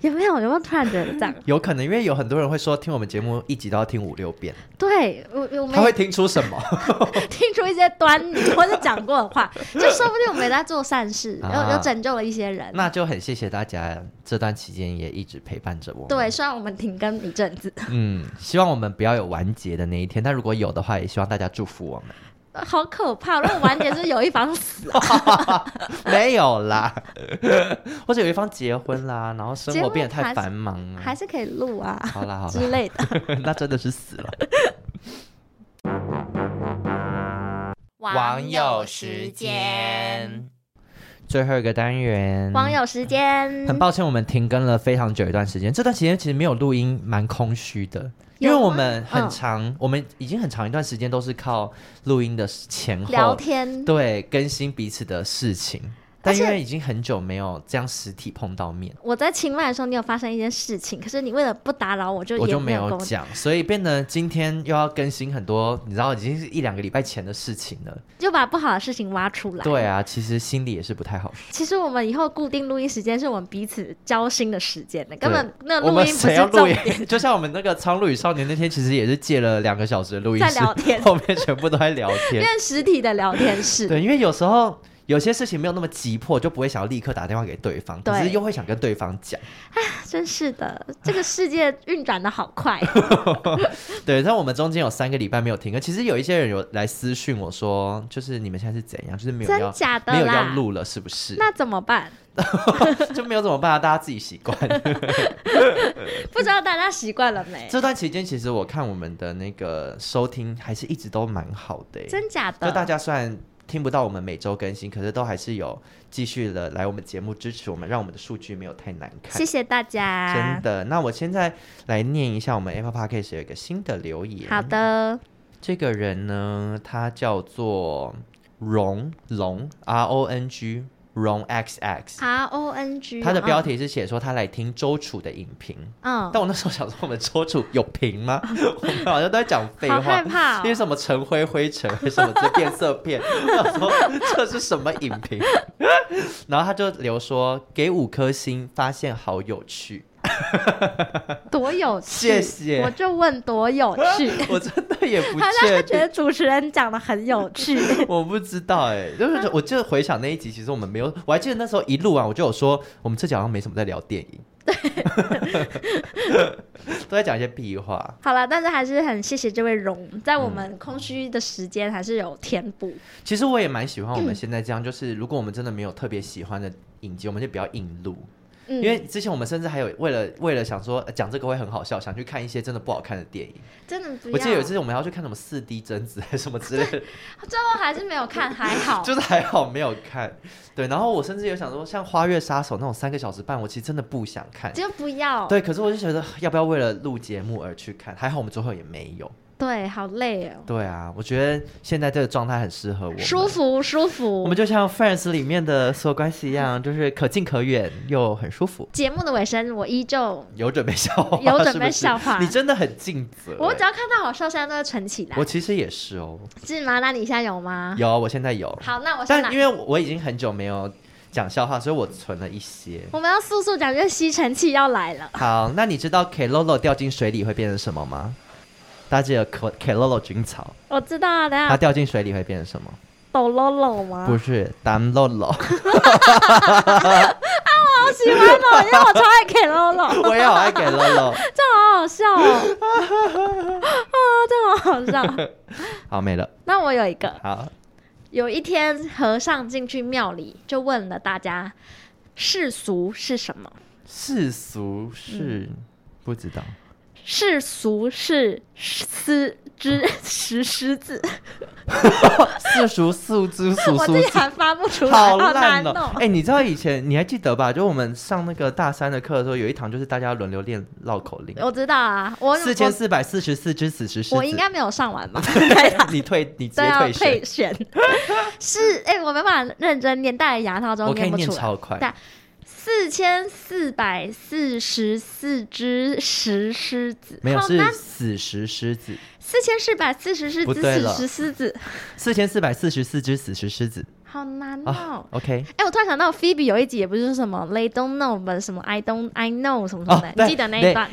S1: 有没有？有没有突然觉得 这样？
S2: 有可能，因为有很多人会说，听我们节目一集都要听五六遍，
S1: 对我，我
S2: 他
S1: 们
S2: 会
S1: 也
S2: 听出什么？
S1: 听出一些端倪，或者讲过的话，就说不定我们也在做善事，
S2: 啊
S1: 有有拯救了一些人。
S2: 那就很谢谢大家这段期间也一直陪伴着我们。
S1: 对，，虽然我们停更一阵子，
S2: 嗯，希望我们不要有完结的那一天，但如果有的话，也希望大家祝福我们。
S1: 好可怕！如果完结是有一方死啊，
S2: 没有啦， 或者有一方结婚啦，然后生活变得太繁忙了。
S1: 还是可以录啊
S2: 好啦好
S1: 之
S2: 啦，
S1: 类的。
S2: 那真的是 死了。最后一个单元，
S1: 网友时间，
S2: 很抱歉，我们停更了非常久一段时间。这段时间其实没有录音，蛮空虚的，因为
S1: 有吗
S2: 我们很
S1: 嗯
S2: 长，我们已经很长一段时间都是靠录音的前后
S1: 聊天，
S2: 哦对更新彼此的事情。
S1: 而
S2: 但因
S1: 且
S2: 为已经很久没有这样实体碰到面，
S1: 我在清迈的时候，你有发生一件事情，可是你为了不打扰我，就
S2: 我
S1: 也
S2: 就没
S1: 有
S2: 有
S1: 跟我
S2: 讲，所以变得今天又要更新很多，你知道已经是一两个礼拜前的事情了。
S1: 就把不好的事情挖出来。
S2: 对，啊，其实心里也是不太好受。
S1: 其实我们以后固定录音时间是我们彼此交心的时间的，根本那
S2: 我
S1: 录
S2: 们
S1: 音不
S2: 谁
S1: 是
S2: 要
S1: 重
S2: 录
S1: 点。
S2: 音？ 就像我们那个《苍鹭与少年》那天，其实也是借了两个小时的录音
S1: 在
S2: 室，
S1: 聊天
S2: 后面全部都在聊 天。
S1: 变实体的聊天室，
S2: 对，因为有时候有些事情没有那么急迫，就不会想要立刻打电话给对方，可是
S1: 对
S2: 又会想跟对方讲。
S1: 真是的，这个世界运转的好快。
S2: 对，但我们中间有三个礼拜没有停课，其实有一些人有来私讯我说，就是你们现在是怎样，就是 没有
S1: 真
S2: 要
S1: 假的
S2: 没有要
S1: 啦
S2: 录了，是不是？
S1: 那怎么办？
S2: 就没有怎么办啊？大家自己习惯。
S1: 不知道大家习惯了没？
S2: 这段期间，其实我看我们的那个收听还是一直都蛮好的、欸，
S1: 真假
S2: 就大
S1: 的？
S2: 家虽然听不到我们每周更新，可是都还是有继续的来我们节目支持我们，让我们的数据没有太难看
S1: 谢。啊谢大
S2: 真
S1: 家。
S2: 的，那我现在来念一下我们 Apple Podcast 有一个新的留言。
S1: 好，的，
S2: 这个人呢，他叫做荣龙 R O N G 荣 X X，
S1: R O N G，
S2: 他的标题是写说他来听周楚的影评。
S1: 嗯，
S2: 但我那时候想说，我们周楚有评吗？ 我们好像都在讲废
S1: 好害
S2: 话。
S1: 怕哦
S2: 因为。什么尘灰灰尘，为什么这变色片？ 我想说这是什么影评？ 然后他就留说给五颗星，发现好有趣，
S1: 多有趣！
S2: 谢谢
S1: 我就问多有 趣。
S2: 我真的也不
S1: 他让
S2: 确
S1: 他觉
S2: 定，
S1: 得主持人讲的很有 趣，
S2: 我不知道哎、就是我就回想那一集，其实我们没有，我还记得那时候一录啊完我就有说，我们这集好像没什么在聊电影，都在讲一些屁话。
S1: 好了，但是还是很谢谢这位荣，在我们空虚的时间还是有填补。
S2: 其实我也蛮喜欢我们现在这样，就是如果我们真的没有特别喜欢的影集，我们就不要硬录。
S1: 嗯，
S2: 因为之前我们甚至还有为了为了想说呃讲这个会很好笑，想去看一些真的不好看的电影。
S1: 真的不要。
S2: 我记得有一次我们还要去看什么四 D 贞子还是什么之类的，
S1: 最后还是没有看，还好。
S2: 就是还好没有看。对，然后我甚至有想说，像《花月杀手》那种三个小时半，我其实真的不想看。
S1: 就不要，
S2: 对，可是我就觉得要不要为了录节目而去看？还好我们最后也没有。
S1: 对，好累哦，
S2: 对啊，我觉得现在这个状态很适合我们。
S1: 舒服舒服。
S2: 我们就像《Friends》里面的所有关系一样，就是可近可远又很舒服。
S1: 节目的尾声，我依旧，
S2: 有准备笑话，
S1: 有准
S2: 是不
S1: 备
S2: 是
S1: 笑话
S2: 你真的很尽责欸。
S1: 我只要看到好笑，现在都会存起来
S2: 我，其实也是哦，
S1: 是吗？那你现在有吗？
S2: 有，我现在有，
S1: 啊好，那我先
S2: 但因
S1: 来。
S2: 为我已经很久没有讲笑话，所以我存了一些。
S1: 我们要速速讲，因为吸尘器要来了。
S2: 好，那你知道 Kelolo 掉进水里会变成什么吗？大家记得 Ke- Kelolo 菌草，
S1: 我知道啊，等一
S2: 它
S1: 下
S2: 掉进水里会变成什么？
S1: 抖喽喽吗？
S2: 不是 Damlolo，
S1: 好喜欢哦，因为我超爱 K Lolo，
S2: 我也好爱 Kelolo。
S1: 这好好笑哦，啊， 这好好笑。
S2: 好，没了。
S1: 那我有一个，
S2: 好，
S1: 有一天和尚进去庙里，就问了大家世俗是什么？
S2: 世俗是、
S1: 嗯
S2: 不知道，
S1: 世俗是思之 石狮子，
S2: 世俗素之俗
S1: 我
S2: 俗
S1: 自己还发不出来，
S2: 好
S1: 好
S2: 烂
S1: 难
S2: 哦、
S1: 哦
S2: 哎、。你知道以前你还记得吧？就我们上那个大三的课的时候，有一堂就是大家轮流练绕口令，
S1: 我知道啊，我
S2: 四千四百四十四只死石狮子。
S1: 我我应该没有上完吧？
S2: 你退，你直
S1: 对
S2: 接
S1: 啊，
S2: 退
S1: 退
S2: 学。
S1: 选 是哎，我没办法认真念，戴了牙套之后
S2: 我可
S1: 念
S2: 以
S1: 不
S2: 念
S1: 出来。
S2: 超快
S1: 但四千四百四十四只石狮子，
S2: 没有
S1: 好
S2: 是
S1: 难，
S2: 死石狮子，
S1: 四千四百四十四
S2: 不
S1: 只
S2: 对
S1: 死
S2: 了
S1: 石狮子，
S2: 四千四百四十四只死石狮子
S1: 好难
S2: 啊
S1: 哦。。
S2: OK，
S1: 哎、我突然想到，Phoebe 有一集也不是说什么 They don't know，不是什么 I don't I know 什么什么的，
S2: 哦对
S1: 你记得那一段？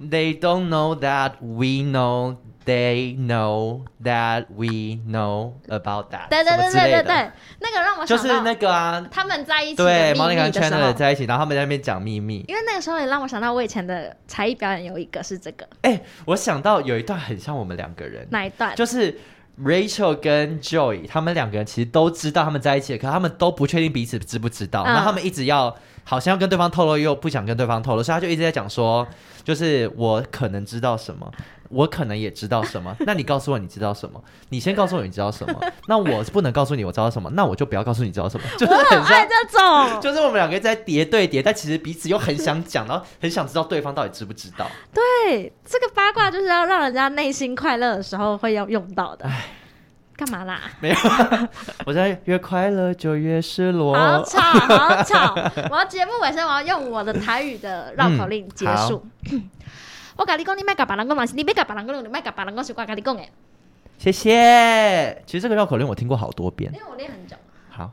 S2: They don't know that we know. They know that we know about that.
S1: 对对对
S2: 什么之类
S1: 对对
S2: 的，
S1: 对，那个让我
S2: 就
S1: 想
S2: 是
S1: 到、
S2: 那个啊，
S1: 他们在一起
S2: 对
S1: 的秘
S2: m o n i
S1: 密
S2: c
S1: 的
S2: a
S1: 时
S2: Chandler
S1: 候，
S2: 在一起，然后他们在那边讲秘密。
S1: 因为那个时候也让我想到我以前的才艺表演有一个是这个
S2: 哎、我想到有一段很像我们两个人，
S1: 哪一段？
S2: 就是 Rachel 跟 Joy 他们两个人其实都知道他们在一起了，可他们都不确定彼此知不知道，
S1: 嗯
S2: 然后他们一直要好像要跟对方透露，又不想跟对方透露，所以他就一直在讲说，就是我可能知道什么。我可能也知道什么，那你告诉我你知道什么？你先告诉我你知道什么，那我不能告诉你我知道什么，那我就不要告诉你知道什么，就是
S1: 我
S2: 很
S1: 很爱
S2: 像，
S1: 这种，
S2: 就是我们两个在叠对叠，但其实彼此又很想讲，然后很想知道对方到底知不知道。
S1: 对，这个八卦就是要让人家内心快乐的时候会要用到的。干嘛啦？
S2: 我在越快乐就越失落。
S1: 好吵，好吵！ 我要节目尾声，我要用我的台语的绕口令结束。
S2: 嗯
S1: 我跟你讲，你别甲别人讲嘛，是你别甲别人讲，你别甲别人讲是我跟你讲的，
S2: 谢谢。其实这个绕口令我听过好多遍
S1: 因。为我练很久。
S2: 好，